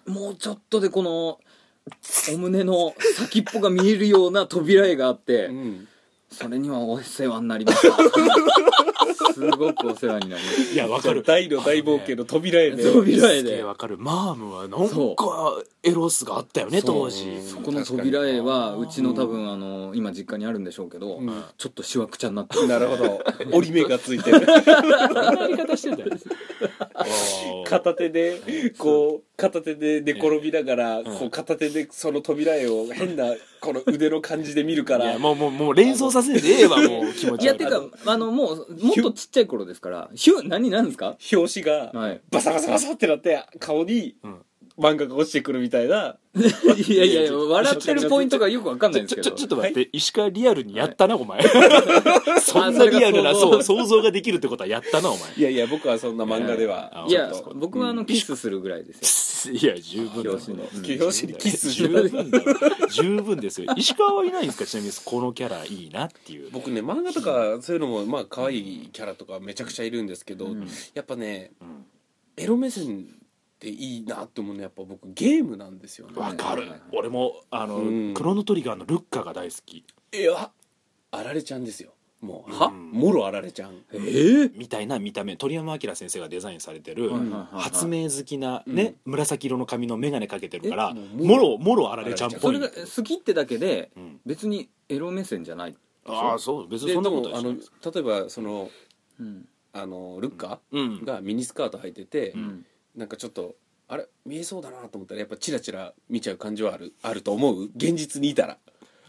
[SPEAKER 3] もうちょっとでこのお胸の先っぽが見えるような扉絵があって、
[SPEAKER 1] うん
[SPEAKER 3] それにはお世話になりました。すごくお世話になりまし
[SPEAKER 2] いやわか る
[SPEAKER 1] 大の大冒険の扉絵で
[SPEAKER 3] た。扉絵
[SPEAKER 2] すげえ
[SPEAKER 3] で。
[SPEAKER 2] わかるマームはなん
[SPEAKER 3] そ
[SPEAKER 2] かエロスがあったよね
[SPEAKER 3] そう
[SPEAKER 2] 当時
[SPEAKER 3] そこの扉絵はうちの多分あの今実家にあるんでしょうけど、
[SPEAKER 1] うん
[SPEAKER 3] ちょっとしわくちゃになって
[SPEAKER 1] なるほど折り目がついてる
[SPEAKER 2] やり方してんだよ
[SPEAKER 1] 片手でこう片手で寝転びながら
[SPEAKER 2] ん
[SPEAKER 1] こう片手でその扉絵を変なこの腕の感じで見るか
[SPEAKER 2] い
[SPEAKER 1] ら
[SPEAKER 2] やもうもうもう連想させんでええわもう気持
[SPEAKER 3] い
[SPEAKER 2] ち
[SPEAKER 3] や
[SPEAKER 2] 悪
[SPEAKER 3] てかあのもうもっとちっちゃい頃ですからヒュー何なんですか
[SPEAKER 1] 表紙が
[SPEAKER 3] はい
[SPEAKER 1] バサバサバサってなって顔に
[SPEAKER 2] うん
[SPEAKER 1] 漫画が落ちてくるみたいない
[SPEAKER 3] やいやいや笑ってるポイントがよくわかんないんで
[SPEAKER 2] ち
[SPEAKER 3] す
[SPEAKER 2] ょちょ
[SPEAKER 3] けど
[SPEAKER 2] ちょっと待って、石川リアルにやったな、お前 そんなリアルな
[SPEAKER 3] あそれが想像
[SPEAKER 2] そう想像ができるってことはやったなお前
[SPEAKER 1] いやいや僕はそんな漫画で
[SPEAKER 2] あ
[SPEAKER 1] は
[SPEAKER 2] あ
[SPEAKER 3] いや
[SPEAKER 1] ちょっと
[SPEAKER 3] 僕はあのキスするぐらいです
[SPEAKER 2] いや十分だ
[SPEAKER 3] 表紙の
[SPEAKER 1] ん表紙にキス
[SPEAKER 2] 十分だよ十分ですよ石川はいないんですかちなみにこのキャラいいなっていう
[SPEAKER 1] 僕ね漫画とかそういうのもまあ可愛いキャラとかめちゃくちゃいるんですけど、
[SPEAKER 3] うん
[SPEAKER 1] やっぱね
[SPEAKER 2] うん
[SPEAKER 1] エロ目線でいいなって思うのはやっぱ僕ゲームなんですよね
[SPEAKER 2] わかる俺もあの、
[SPEAKER 1] うん
[SPEAKER 2] クロノトリガーのルッカが大好き
[SPEAKER 1] いやあられちゃんですよもう
[SPEAKER 2] は
[SPEAKER 1] もろあられちゃん
[SPEAKER 3] えー
[SPEAKER 2] みたいな見た目鳥山明先生がデザインされてる、
[SPEAKER 1] はい
[SPEAKER 2] 発明好きなね、紫色の髪の眼鏡かけてるから
[SPEAKER 1] えもう
[SPEAKER 2] もろもろあられちゃんっ
[SPEAKER 3] そ
[SPEAKER 2] ぽい
[SPEAKER 3] れが好きってだけで
[SPEAKER 2] うん
[SPEAKER 3] 別にエロ目線じゃない、
[SPEAKER 2] ああそう別に
[SPEAKER 1] で
[SPEAKER 2] そんなこ
[SPEAKER 1] で
[SPEAKER 2] と
[SPEAKER 1] も
[SPEAKER 2] は
[SPEAKER 1] あ
[SPEAKER 2] しない
[SPEAKER 1] の例
[SPEAKER 2] です
[SPEAKER 1] えばその
[SPEAKER 3] うん
[SPEAKER 1] あのルッカ
[SPEAKER 2] うん
[SPEAKER 1] がミニスカート履いてて、
[SPEAKER 3] うん
[SPEAKER 1] なんかちょっとあれ見えそうだなと思ったらやっぱチラチラ見ちゃう感じはあるあると思う現実にいたら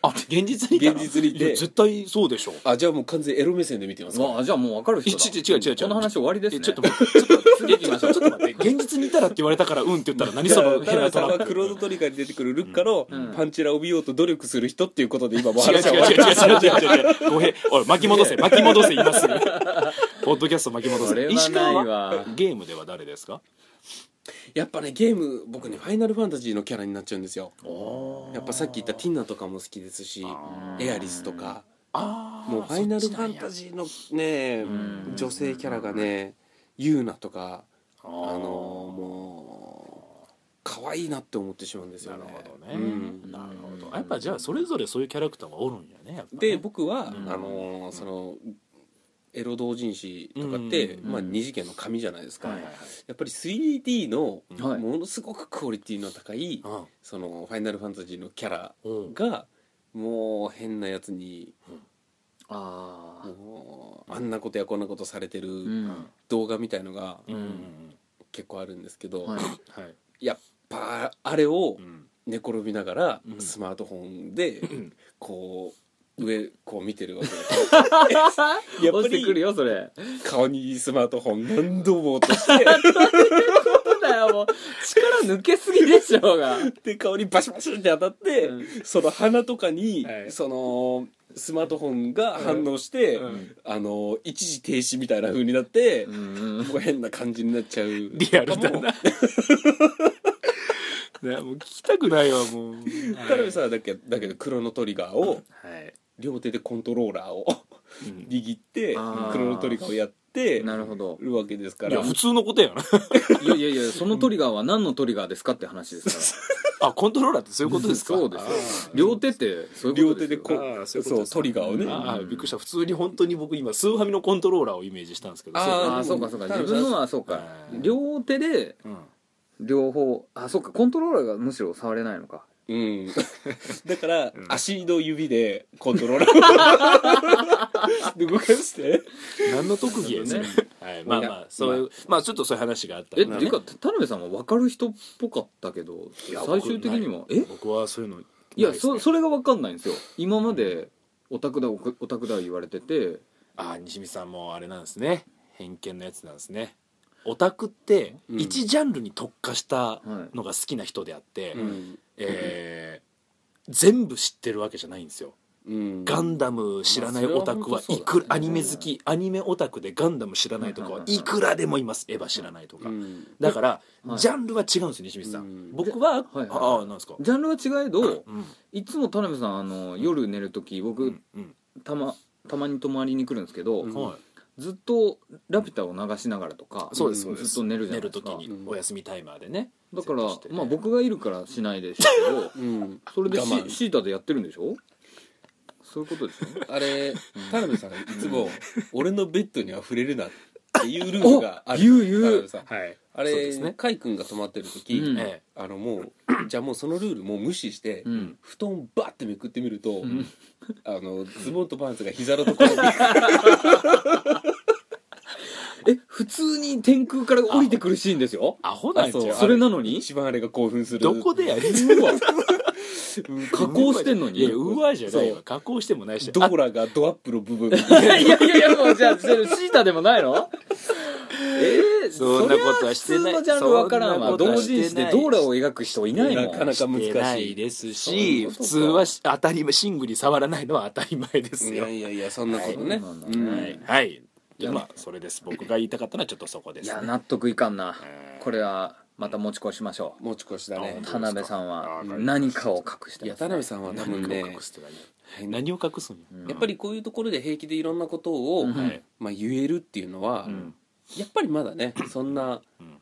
[SPEAKER 2] あ現実にいたら
[SPEAKER 1] 現実にいて
[SPEAKER 2] や絶対そうでしょ
[SPEAKER 1] あじゃあもう完全エロ目線で見てますから
[SPEAKER 3] わあじゃあもう分かる人だ
[SPEAKER 2] いち違う違う違う
[SPEAKER 3] この話終わりです
[SPEAKER 2] え
[SPEAKER 3] ね
[SPEAKER 2] ちょっと待ってちょっと 次行きましょうちょっと待って現実にいたらって言われたからうんって言ったら何その
[SPEAKER 1] 田
[SPEAKER 2] ヘラ
[SPEAKER 1] 辺
[SPEAKER 2] ト
[SPEAKER 1] さん
[SPEAKER 2] ラ
[SPEAKER 1] は
[SPEAKER 2] ック
[SPEAKER 1] クロードトリガーに出てくるルッカの
[SPEAKER 3] うん
[SPEAKER 1] パンチラを見ようと努力する人っていうことで今 もう
[SPEAKER 2] 違う違
[SPEAKER 1] 話は終
[SPEAKER 2] う
[SPEAKER 1] わ
[SPEAKER 2] 違
[SPEAKER 1] り
[SPEAKER 2] う違う違う違う違うごへんおい巻き戻せ巻き戻せ今すぐポッドキャスト巻き戻
[SPEAKER 3] そ
[SPEAKER 2] せ
[SPEAKER 3] れはない
[SPEAKER 2] 石川
[SPEAKER 3] わ
[SPEAKER 2] はゲームでは誰ですか
[SPEAKER 1] やっぱねゲーム僕ねファイナルファンタジーのキャラになっちゃうんですよ
[SPEAKER 2] お
[SPEAKER 1] やっぱさっき言ったティンナとかも好きですし
[SPEAKER 3] ー
[SPEAKER 1] エアリスとか
[SPEAKER 2] あー
[SPEAKER 1] もうファイナルファンタ
[SPEAKER 2] そっち
[SPEAKER 1] ジーのね
[SPEAKER 3] うん
[SPEAKER 1] 女性キャラがねユーナとかあ
[SPEAKER 2] なんやあ
[SPEAKER 1] の
[SPEAKER 2] の
[SPEAKER 1] もう可愛いなって思ってしまうんですよね
[SPEAKER 2] なるほどね
[SPEAKER 1] うん
[SPEAKER 2] なるほどやっぱじゃあそれぞれそういうキャラクターがおるんやねやっぱね
[SPEAKER 1] で僕は、
[SPEAKER 2] うん
[SPEAKER 1] あのーそのエロ同人誌とかって、
[SPEAKER 2] うん
[SPEAKER 1] まあ、二次元の紙じゃないですか、
[SPEAKER 2] はいはいはい
[SPEAKER 1] やっぱり 3D の
[SPEAKER 3] はい
[SPEAKER 1] ものすごくクオリティの高い、そのファイナルファンタジーのキャラ
[SPEAKER 2] うん
[SPEAKER 1] がもう変なやつに
[SPEAKER 3] ああ
[SPEAKER 1] もうあんなことやこんなことされて
[SPEAKER 3] う
[SPEAKER 1] る
[SPEAKER 3] ん
[SPEAKER 1] 動画みたいのが
[SPEAKER 2] うんうん
[SPEAKER 1] 結構あるんですけど、
[SPEAKER 3] はい
[SPEAKER 2] はい
[SPEAKER 1] やっぱあれを
[SPEAKER 2] うん
[SPEAKER 1] 寝転びながら
[SPEAKER 2] うん
[SPEAKER 1] スマートフォンで
[SPEAKER 2] ん
[SPEAKER 1] こう上こう見てるわけです
[SPEAKER 3] や
[SPEAKER 1] や
[SPEAKER 3] っ
[SPEAKER 1] っ
[SPEAKER 3] ぱ
[SPEAKER 1] ぱり
[SPEAKER 3] りてくるよそれ
[SPEAKER 1] 顔にスマートフォン何度も落として
[SPEAKER 3] そうだよもう力抜けすぎでしょうが、
[SPEAKER 1] で顔にバシバシって当たって、
[SPEAKER 3] うん
[SPEAKER 1] その鼻とかに、
[SPEAKER 2] はい
[SPEAKER 1] そのスマートフォンが反応して、
[SPEAKER 2] うん
[SPEAKER 1] あの一時停止みたいな風になって、
[SPEAKER 3] うん
[SPEAKER 1] こう変な感じになっちゃうリ
[SPEAKER 2] リアルだな ねもう聞きたくないわもう
[SPEAKER 1] 田辺さんはだけだけど黒のトリガーを
[SPEAKER 2] はい
[SPEAKER 1] 両手でコントローラーを
[SPEAKER 2] うんい
[SPEAKER 1] 握って
[SPEAKER 3] あー
[SPEAKER 1] 黒のトリガーをやって
[SPEAKER 3] なるほど
[SPEAKER 1] るわけですから
[SPEAKER 2] や普通のことやな
[SPEAKER 3] いやいやいやそのトリガーは何のトリガーですかって話ですか
[SPEAKER 2] あコントローラーってそういうこと
[SPEAKER 3] ら
[SPEAKER 2] ですか
[SPEAKER 3] そうですよ
[SPEAKER 1] あー
[SPEAKER 3] 両手ってそういうこ
[SPEAKER 1] 両
[SPEAKER 3] と
[SPEAKER 1] 手で
[SPEAKER 3] ですよ
[SPEAKER 2] あ
[SPEAKER 1] こう
[SPEAKER 2] ー
[SPEAKER 1] そ
[SPEAKER 2] そうい
[SPEAKER 1] う
[SPEAKER 2] うことです
[SPEAKER 1] トリガーをね
[SPEAKER 2] あー
[SPEAKER 3] うん
[SPEAKER 2] びっくりした普通に本当に僕今スーファミのコントローラーをイメージしたんですけど
[SPEAKER 1] あー
[SPEAKER 2] そう
[SPEAKER 3] ああそうかそうか
[SPEAKER 1] 多
[SPEAKER 3] 自
[SPEAKER 1] 分
[SPEAKER 3] 分のはそうか
[SPEAKER 2] うん
[SPEAKER 3] 両手で
[SPEAKER 2] うん
[SPEAKER 3] 両方あそうかコントローラーがむしろ触れないのか
[SPEAKER 1] うん だから、足の指でコントローラーを動かして
[SPEAKER 2] 何の特技やね
[SPEAKER 3] なる
[SPEAKER 2] はいまあまあそういうまあちょっとそういう話があった
[SPEAKER 3] えっ
[SPEAKER 2] んで
[SPEAKER 3] ていうか田辺さんは分かる人っぽかったけど
[SPEAKER 2] いや
[SPEAKER 3] 最終的には
[SPEAKER 2] 僕ない
[SPEAKER 3] え
[SPEAKER 2] 僕はそういうのない
[SPEAKER 3] いや
[SPEAKER 2] ですね
[SPEAKER 3] そそれが分かんないんですよ今までオタクだオクオタクだ言われてて
[SPEAKER 2] あー西見さんもあれなんですね偏見のやつなんですねオタクって
[SPEAKER 1] うん
[SPEAKER 2] 一ジャンルに特化した
[SPEAKER 3] はい
[SPEAKER 2] のが好きな人であって、
[SPEAKER 1] うん
[SPEAKER 2] えー全部知ってるわけじゃないんですよ
[SPEAKER 1] うん
[SPEAKER 2] ガンダム知らないオタク
[SPEAKER 1] まあ
[SPEAKER 2] は
[SPEAKER 1] それ
[SPEAKER 2] い
[SPEAKER 1] は
[SPEAKER 2] くら、
[SPEAKER 1] 本当そうだね
[SPEAKER 2] アニメ好きアニメオタクでガンダム知らないとかはいくらでもいますエヴァ知らないとか、
[SPEAKER 1] うん
[SPEAKER 2] だから、
[SPEAKER 3] はい
[SPEAKER 2] ジャンルは違うんですよ西光さん、
[SPEAKER 1] うん
[SPEAKER 2] 僕は、
[SPEAKER 3] はいはい
[SPEAKER 2] ああなんですか、
[SPEAKER 3] ジャンルは違えど
[SPEAKER 2] うん
[SPEAKER 3] いつも田辺さんあの夜寝る時
[SPEAKER 2] う
[SPEAKER 3] 僕
[SPEAKER 2] んうん
[SPEAKER 3] たまたまに泊まりに来るんですけど、
[SPEAKER 1] うん
[SPEAKER 2] はい
[SPEAKER 3] ずっと「ラピュタ」を流しながらとか
[SPEAKER 2] そうですそうです
[SPEAKER 3] ずっと寝るじゃな
[SPEAKER 2] 寝
[SPEAKER 3] いで
[SPEAKER 2] る
[SPEAKER 3] す
[SPEAKER 2] 時
[SPEAKER 3] か
[SPEAKER 2] にお休みタイマーでね
[SPEAKER 3] だから、
[SPEAKER 2] セットして
[SPEAKER 3] まあ僕がいるからしないでしょうけど
[SPEAKER 1] うん
[SPEAKER 3] それで
[SPEAKER 1] 我慢
[SPEAKER 3] シシータでやってるんでしょそういうことでしょ
[SPEAKER 1] あれ田辺さんいつも「俺のベッドには触れるな」っていうルールがある
[SPEAKER 3] 言う言う
[SPEAKER 1] 田辺さん
[SPEAKER 2] はい
[SPEAKER 1] あ
[SPEAKER 2] そうですね
[SPEAKER 1] れカイ君が泊まってる時、
[SPEAKER 3] うん
[SPEAKER 2] え
[SPEAKER 1] あのもうじゃあもうそのルールもう無視して、
[SPEAKER 3] うん
[SPEAKER 1] 布団バッてめくってみると、
[SPEAKER 3] ん
[SPEAKER 1] あのズボンとパンツが膝のところに
[SPEAKER 3] え普通に天空から降りてくるシーンですよ
[SPEAKER 2] えアホなんです
[SPEAKER 1] あ
[SPEAKER 2] よ
[SPEAKER 3] それなのに
[SPEAKER 1] 一番あれが興奮する
[SPEAKER 2] どこでやる
[SPEAKER 3] うわ加工してんのに
[SPEAKER 2] いやうわじゃない
[SPEAKER 1] そ
[SPEAKER 2] わ加工してもないし
[SPEAKER 1] ドーラがドアップの部分
[SPEAKER 3] いやいやいやもうじゃあそれシータでもないのえー、
[SPEAKER 2] そんなことはしてない
[SPEAKER 3] そりゃ普通のジャンルわからん
[SPEAKER 2] そん
[SPEAKER 3] わ
[SPEAKER 2] なことは
[SPEAKER 3] 同
[SPEAKER 2] して
[SPEAKER 3] 人
[SPEAKER 2] ない
[SPEAKER 3] 誌でドーラを描く人いないもん
[SPEAKER 1] なかなか難しい
[SPEAKER 2] してないです
[SPEAKER 3] そういう
[SPEAKER 2] し
[SPEAKER 3] こ
[SPEAKER 2] 普
[SPEAKER 3] とか
[SPEAKER 2] 通はし当たり前シングに触らないのは当たり前です
[SPEAKER 1] い
[SPEAKER 2] よ
[SPEAKER 1] やいやいやそんなことね、
[SPEAKER 3] はいそうなんだね
[SPEAKER 1] うん
[SPEAKER 2] はいはいじゃあまあそれです僕が言いたかったのはちょっとそこで
[SPEAKER 3] い
[SPEAKER 2] す
[SPEAKER 3] や
[SPEAKER 2] ね
[SPEAKER 3] 納得いかんなこれはまた持ち越しましょう
[SPEAKER 1] 持ち越しだね
[SPEAKER 2] 本当ですか
[SPEAKER 3] 田辺さん
[SPEAKER 2] あ
[SPEAKER 3] は
[SPEAKER 2] ー
[SPEAKER 3] 何かを隠して
[SPEAKER 1] いや
[SPEAKER 3] ます
[SPEAKER 1] 田辺さんは多分ね
[SPEAKER 2] 何を隠すって何
[SPEAKER 1] はい
[SPEAKER 2] 何を隠すんや、
[SPEAKER 3] うん
[SPEAKER 1] やっぱりこういうところで平気でいろんなことを、
[SPEAKER 3] うん
[SPEAKER 2] はい
[SPEAKER 1] まあ、言えるっていうのは、
[SPEAKER 3] うん
[SPEAKER 1] やっぱりまだねそんな、
[SPEAKER 2] うん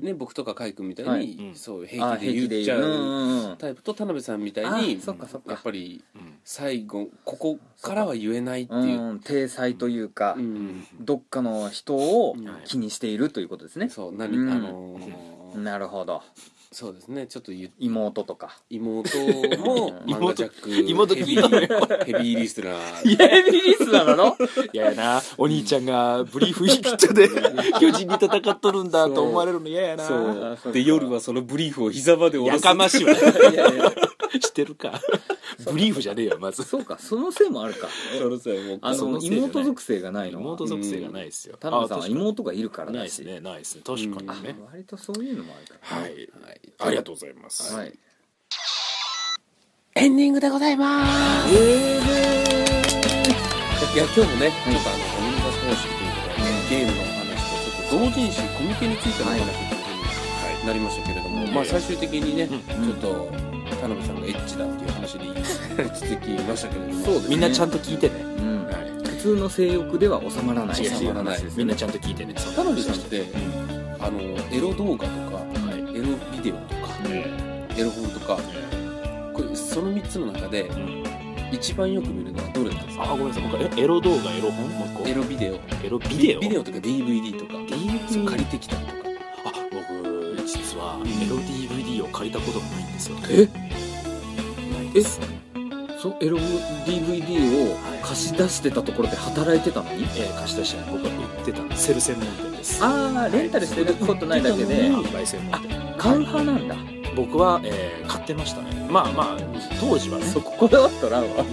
[SPEAKER 1] ね、僕とか海君みたいに、
[SPEAKER 3] はい
[SPEAKER 2] うん
[SPEAKER 1] そう
[SPEAKER 3] あ
[SPEAKER 1] 平
[SPEAKER 3] ー
[SPEAKER 1] 気
[SPEAKER 3] 平
[SPEAKER 1] で
[SPEAKER 3] 気
[SPEAKER 1] 言
[SPEAKER 3] で
[SPEAKER 1] っ
[SPEAKER 3] 言
[SPEAKER 1] ちゃ
[SPEAKER 3] ううん
[SPEAKER 1] う
[SPEAKER 3] うんうん
[SPEAKER 1] タイプと田辺さんみたい
[SPEAKER 3] あ
[SPEAKER 1] に
[SPEAKER 3] そっかそっか
[SPEAKER 1] やっぱり
[SPEAKER 2] うん
[SPEAKER 1] 最後ここからは言えないっていうう、
[SPEAKER 3] ん体裁というか、
[SPEAKER 1] うん
[SPEAKER 3] どっかの人を
[SPEAKER 1] うん
[SPEAKER 3] 気にしているということですね、
[SPEAKER 1] そう何、
[SPEAKER 3] うん
[SPEAKER 1] あのー
[SPEAKER 3] なるほど
[SPEAKER 1] そうですねちょっとゆ
[SPEAKER 3] 妹とか
[SPEAKER 1] 妹もマンガジャック
[SPEAKER 2] 妹
[SPEAKER 1] ヘビーヘビーリスナー
[SPEAKER 3] いやヘビーリスナーなの
[SPEAKER 2] 嫌やなお兄ちゃんがブリーフインキッ トで巨人に戦っとるんだと思われるの嫌やな
[SPEAKER 1] そう
[SPEAKER 3] そうか
[SPEAKER 1] で夜はそのブリーフを膝まで下ろ
[SPEAKER 2] や
[SPEAKER 1] す
[SPEAKER 2] かまし いわ
[SPEAKER 3] いやいや
[SPEAKER 2] してるかブリーフじゃねえよまず
[SPEAKER 3] そうかそのせいもあるか
[SPEAKER 1] そろそろもう
[SPEAKER 3] あ
[SPEAKER 2] そ
[SPEAKER 3] の
[SPEAKER 2] のせいじゃない
[SPEAKER 3] 妹属性がないのは
[SPEAKER 2] 妹属性がないですよ
[SPEAKER 3] 田辺さんは
[SPEAKER 2] あ確か
[SPEAKER 3] 妹がいるから
[SPEAKER 2] にない
[SPEAKER 3] だ
[SPEAKER 2] です
[SPEAKER 3] し
[SPEAKER 2] ねないですね確か
[SPEAKER 3] あ
[SPEAKER 2] にね
[SPEAKER 3] 割とそういうのもあるか
[SPEAKER 2] はい、
[SPEAKER 1] はい
[SPEAKER 2] ありがとうございます、
[SPEAKER 3] らはい
[SPEAKER 1] エンディングでございます
[SPEAKER 3] え
[SPEAKER 1] いや今日もね、ちょっとあのオムニバス方式ということで、ゲームのお話とちょっと同人誌コミケについてのお話ということになりましたけれども、
[SPEAKER 3] はい
[SPEAKER 1] まあ最終的にね、
[SPEAKER 3] ん
[SPEAKER 1] ちょっと田辺さんがエッチだっていう話に落ち着きましたけれども
[SPEAKER 3] そうですね
[SPEAKER 2] みんなちゃんと聞いてね、
[SPEAKER 3] うん普通の性欲では収まらない
[SPEAKER 2] 違う
[SPEAKER 1] 収まらない
[SPEAKER 3] 話です
[SPEAKER 2] みん
[SPEAKER 3] ね
[SPEAKER 2] なちゃんと聞いてね
[SPEAKER 1] 田辺さんってあのエロ動画とか
[SPEAKER 2] はい
[SPEAKER 1] エロビデオとか
[SPEAKER 2] ね
[SPEAKER 1] エロ本とかこれその3つの中で一番よく見るのはどれなんです
[SPEAKER 2] あ
[SPEAKER 1] か
[SPEAKER 2] ごめんなさい僕エエロ動画エロ本もう一個
[SPEAKER 1] エロビデオ
[SPEAKER 2] エロビデオ
[SPEAKER 1] ビデオとか DVD とか
[SPEAKER 2] DVD
[SPEAKER 1] そう借りてきたりとか
[SPEAKER 2] あ僕実はエロ DVD を借りたことがないんですよ
[SPEAKER 3] え
[SPEAKER 2] ないです
[SPEAKER 3] そうエロ DVD を貸し出してたところで働いてたのに
[SPEAKER 2] えー貸し出しに僕は売ってたセル専門店です
[SPEAKER 3] ああレンタルしてることないだけで
[SPEAKER 2] 販売専門店
[SPEAKER 3] 買う派なんだ
[SPEAKER 2] 僕は、えー買ってましたねまあまあ当時はね
[SPEAKER 3] そここだわっとらんわ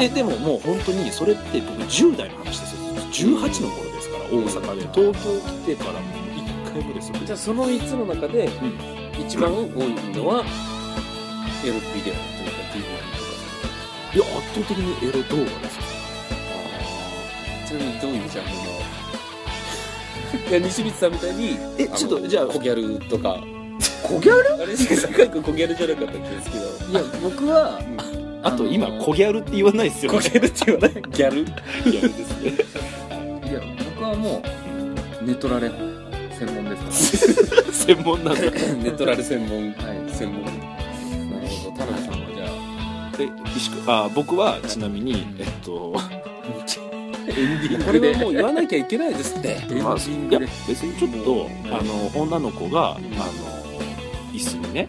[SPEAKER 2] えでももう本当にそれって僕10代の話ですよ18の頃ですから大阪で東京来てからもう1回もですよ
[SPEAKER 1] じゃあその5つの中で一番多いのはエロビデオというか DVD
[SPEAKER 2] いや圧倒的にエロ動画ですよ
[SPEAKER 1] とかちなみにどういうジャ ンルのいや西光さんみたいに
[SPEAKER 2] え
[SPEAKER 1] の
[SPEAKER 2] ちょっとじゃあ
[SPEAKER 1] コギャルとか
[SPEAKER 3] こぎゃる
[SPEAKER 1] あ れ酒井君コギャルじゃなかったっけですけど
[SPEAKER 3] いや僕は
[SPEAKER 2] あと今コギャルって言わないですよ
[SPEAKER 1] コギ
[SPEAKER 2] ね
[SPEAKER 1] ャルって言わないギャル
[SPEAKER 2] コギャルですね
[SPEAKER 3] いや僕はもう寝取られ専門です
[SPEAKER 2] 専門なんだ
[SPEAKER 1] ネットラル専門
[SPEAKER 3] からはい
[SPEAKER 1] 専門なるほど田辺さんはじゃあ
[SPEAKER 2] で石くあ僕はちなみにえっと
[SPEAKER 3] エンディン
[SPEAKER 1] こ
[SPEAKER 3] グで
[SPEAKER 1] れはもう言わなきゃいけないですって
[SPEAKER 3] エンデ
[SPEAKER 2] まあ
[SPEAKER 3] ィン
[SPEAKER 2] い
[SPEAKER 3] グ
[SPEAKER 2] や
[SPEAKER 3] で
[SPEAKER 2] 別にちょっとあの女の子があの
[SPEAKER 1] ん
[SPEAKER 2] 椅子にね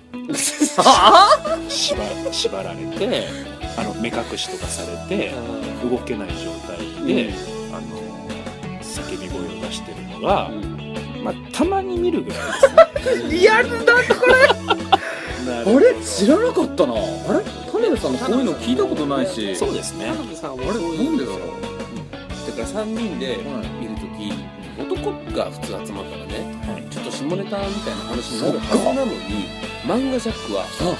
[SPEAKER 3] あ
[SPEAKER 2] 縛縛られてあの目隠しとかされて動けない状態で、あの叫び声を出してるのが、まあ、たまに見るぐらいですね
[SPEAKER 3] ーリアルだ
[SPEAKER 1] なる
[SPEAKER 3] あ
[SPEAKER 1] ほど
[SPEAKER 3] れ知らなかったなあれ田辺さんこういうの聞いたことないし
[SPEAKER 2] そうですね
[SPEAKER 1] 田辺さんは
[SPEAKER 3] あれ
[SPEAKER 1] そう
[SPEAKER 3] ないん
[SPEAKER 1] う
[SPEAKER 3] でだろう
[SPEAKER 1] だから3人で
[SPEAKER 3] はい
[SPEAKER 1] 見るとき男が普通集まったらねちょっと下ネタみたいな話になるは
[SPEAKER 3] そっか
[SPEAKER 1] ずなのに漫画ジャックは
[SPEAKER 3] あ
[SPEAKER 1] 本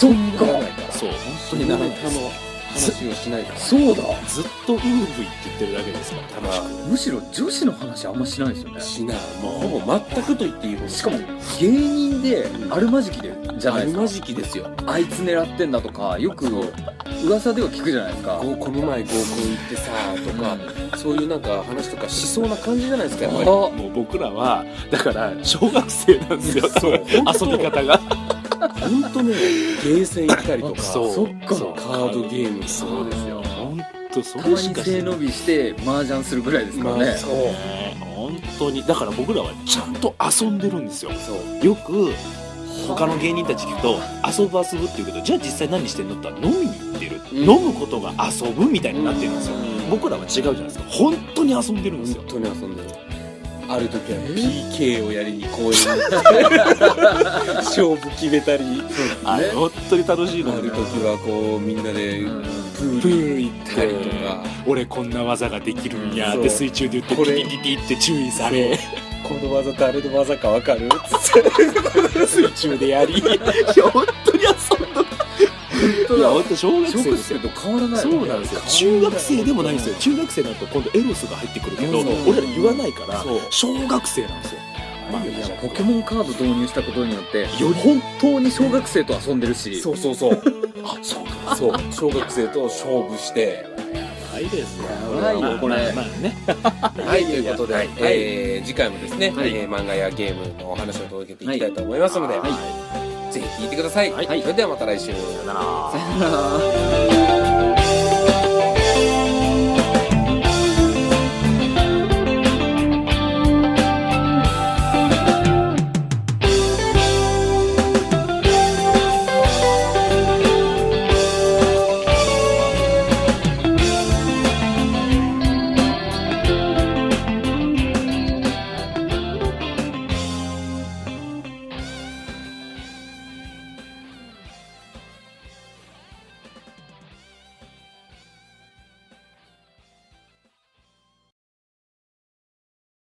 [SPEAKER 1] 当にならないから
[SPEAKER 2] そう本当にならないです
[SPEAKER 1] 下ネタの話をしないから
[SPEAKER 3] そうだ
[SPEAKER 2] ずっとウーブイって言ってるだけですから楽しく
[SPEAKER 3] むしろ女子の話あんましないですよね
[SPEAKER 1] しないもうほぼ全くと言っていいほど
[SPEAKER 3] しかも芸人であるまじきでじゃな
[SPEAKER 1] あ
[SPEAKER 3] い
[SPEAKER 1] る
[SPEAKER 3] ですか
[SPEAKER 1] まじきですよ
[SPEAKER 3] あいつ狙ってんだとかよく噂では聞くじゃないですか
[SPEAKER 1] こうこの前合コン行ってさとか、そういうなんか話とかしそうな感じじゃないですかやっぱり
[SPEAKER 3] あ
[SPEAKER 2] もう僕らはだ から小学生なんですよ多分
[SPEAKER 1] そう
[SPEAKER 2] 遊び方が
[SPEAKER 1] 本当ねゲーセン行ったり とか
[SPEAKER 2] そう
[SPEAKER 3] そっか
[SPEAKER 2] そう
[SPEAKER 1] カードゲーム
[SPEAKER 2] そうですよ本当そ
[SPEAKER 3] たま
[SPEAKER 2] れし
[SPEAKER 3] に
[SPEAKER 2] か
[SPEAKER 3] 背
[SPEAKER 2] しない
[SPEAKER 3] 伸びして麻雀するぐらいですから
[SPEAKER 1] ま
[SPEAKER 3] ね
[SPEAKER 1] あ、そう
[SPEAKER 2] ね本当にだから僕らはちゃんと遊んでるんですよ
[SPEAKER 1] そう
[SPEAKER 2] よく他の芸人たち聞くと遊ぶ遊ぶっていうけどじゃあ実際何してんのって言ったら飲みに行ってる、
[SPEAKER 1] うん
[SPEAKER 2] 飲むことが遊ぶみたいになってるんですよ
[SPEAKER 1] うん
[SPEAKER 2] 僕らは違うじゃないですか本当に遊んでるんですよ
[SPEAKER 1] 本当に遊んでるある時は
[SPEAKER 3] え
[SPEAKER 1] PK をやりに 公園に行って勝負決めたり
[SPEAKER 2] あれ本当に楽しい
[SPEAKER 1] あ
[SPEAKER 2] の
[SPEAKER 1] る時はこうみんなで
[SPEAKER 3] うん
[SPEAKER 1] プー
[SPEAKER 2] プ
[SPEAKER 1] ル
[SPEAKER 2] ール行ったりとか俺こんな技ができるんやっ
[SPEAKER 1] うん
[SPEAKER 2] て
[SPEAKER 1] そう
[SPEAKER 2] 水中で言って
[SPEAKER 1] こ
[SPEAKER 2] ピ
[SPEAKER 1] れ
[SPEAKER 2] ピピピって注意され
[SPEAKER 1] この技誰の技か分かるつっ
[SPEAKER 2] 水中でやりいや本当に遊んだ
[SPEAKER 3] 本当
[SPEAKER 2] いや
[SPEAKER 3] だ
[SPEAKER 2] 本当小学
[SPEAKER 3] 小
[SPEAKER 2] 生で
[SPEAKER 3] 学
[SPEAKER 2] す
[SPEAKER 3] 生
[SPEAKER 2] よ
[SPEAKER 3] と変わらない
[SPEAKER 2] そうなんですよ中学生でもないんですよ中学生になると今度エロスが入ってくるけど
[SPEAKER 1] うん
[SPEAKER 2] 俺ら言わないから
[SPEAKER 1] そう
[SPEAKER 2] 小学生なんですよ
[SPEAKER 1] て
[SPEAKER 2] ないよね
[SPEAKER 3] いやポケモンカード導入したことによって
[SPEAKER 1] り
[SPEAKER 3] 本当に小学生と遊んでるし
[SPEAKER 1] そうそうそう
[SPEAKER 2] あそうか
[SPEAKER 1] そう小学生と勝負して
[SPEAKER 2] ないですよ
[SPEAKER 3] ないよ
[SPEAKER 2] まあ
[SPEAKER 3] これ
[SPEAKER 2] まあまあね
[SPEAKER 1] はいということで、
[SPEAKER 2] はい
[SPEAKER 1] えー次回もですね、
[SPEAKER 3] はい
[SPEAKER 1] えー漫画やゲームのお話を届けていきたいと思いますので、
[SPEAKER 3] はい
[SPEAKER 1] ぜひ聞いてください、
[SPEAKER 3] はい
[SPEAKER 1] それではまた来週、
[SPEAKER 2] さよなら
[SPEAKER 3] さよなら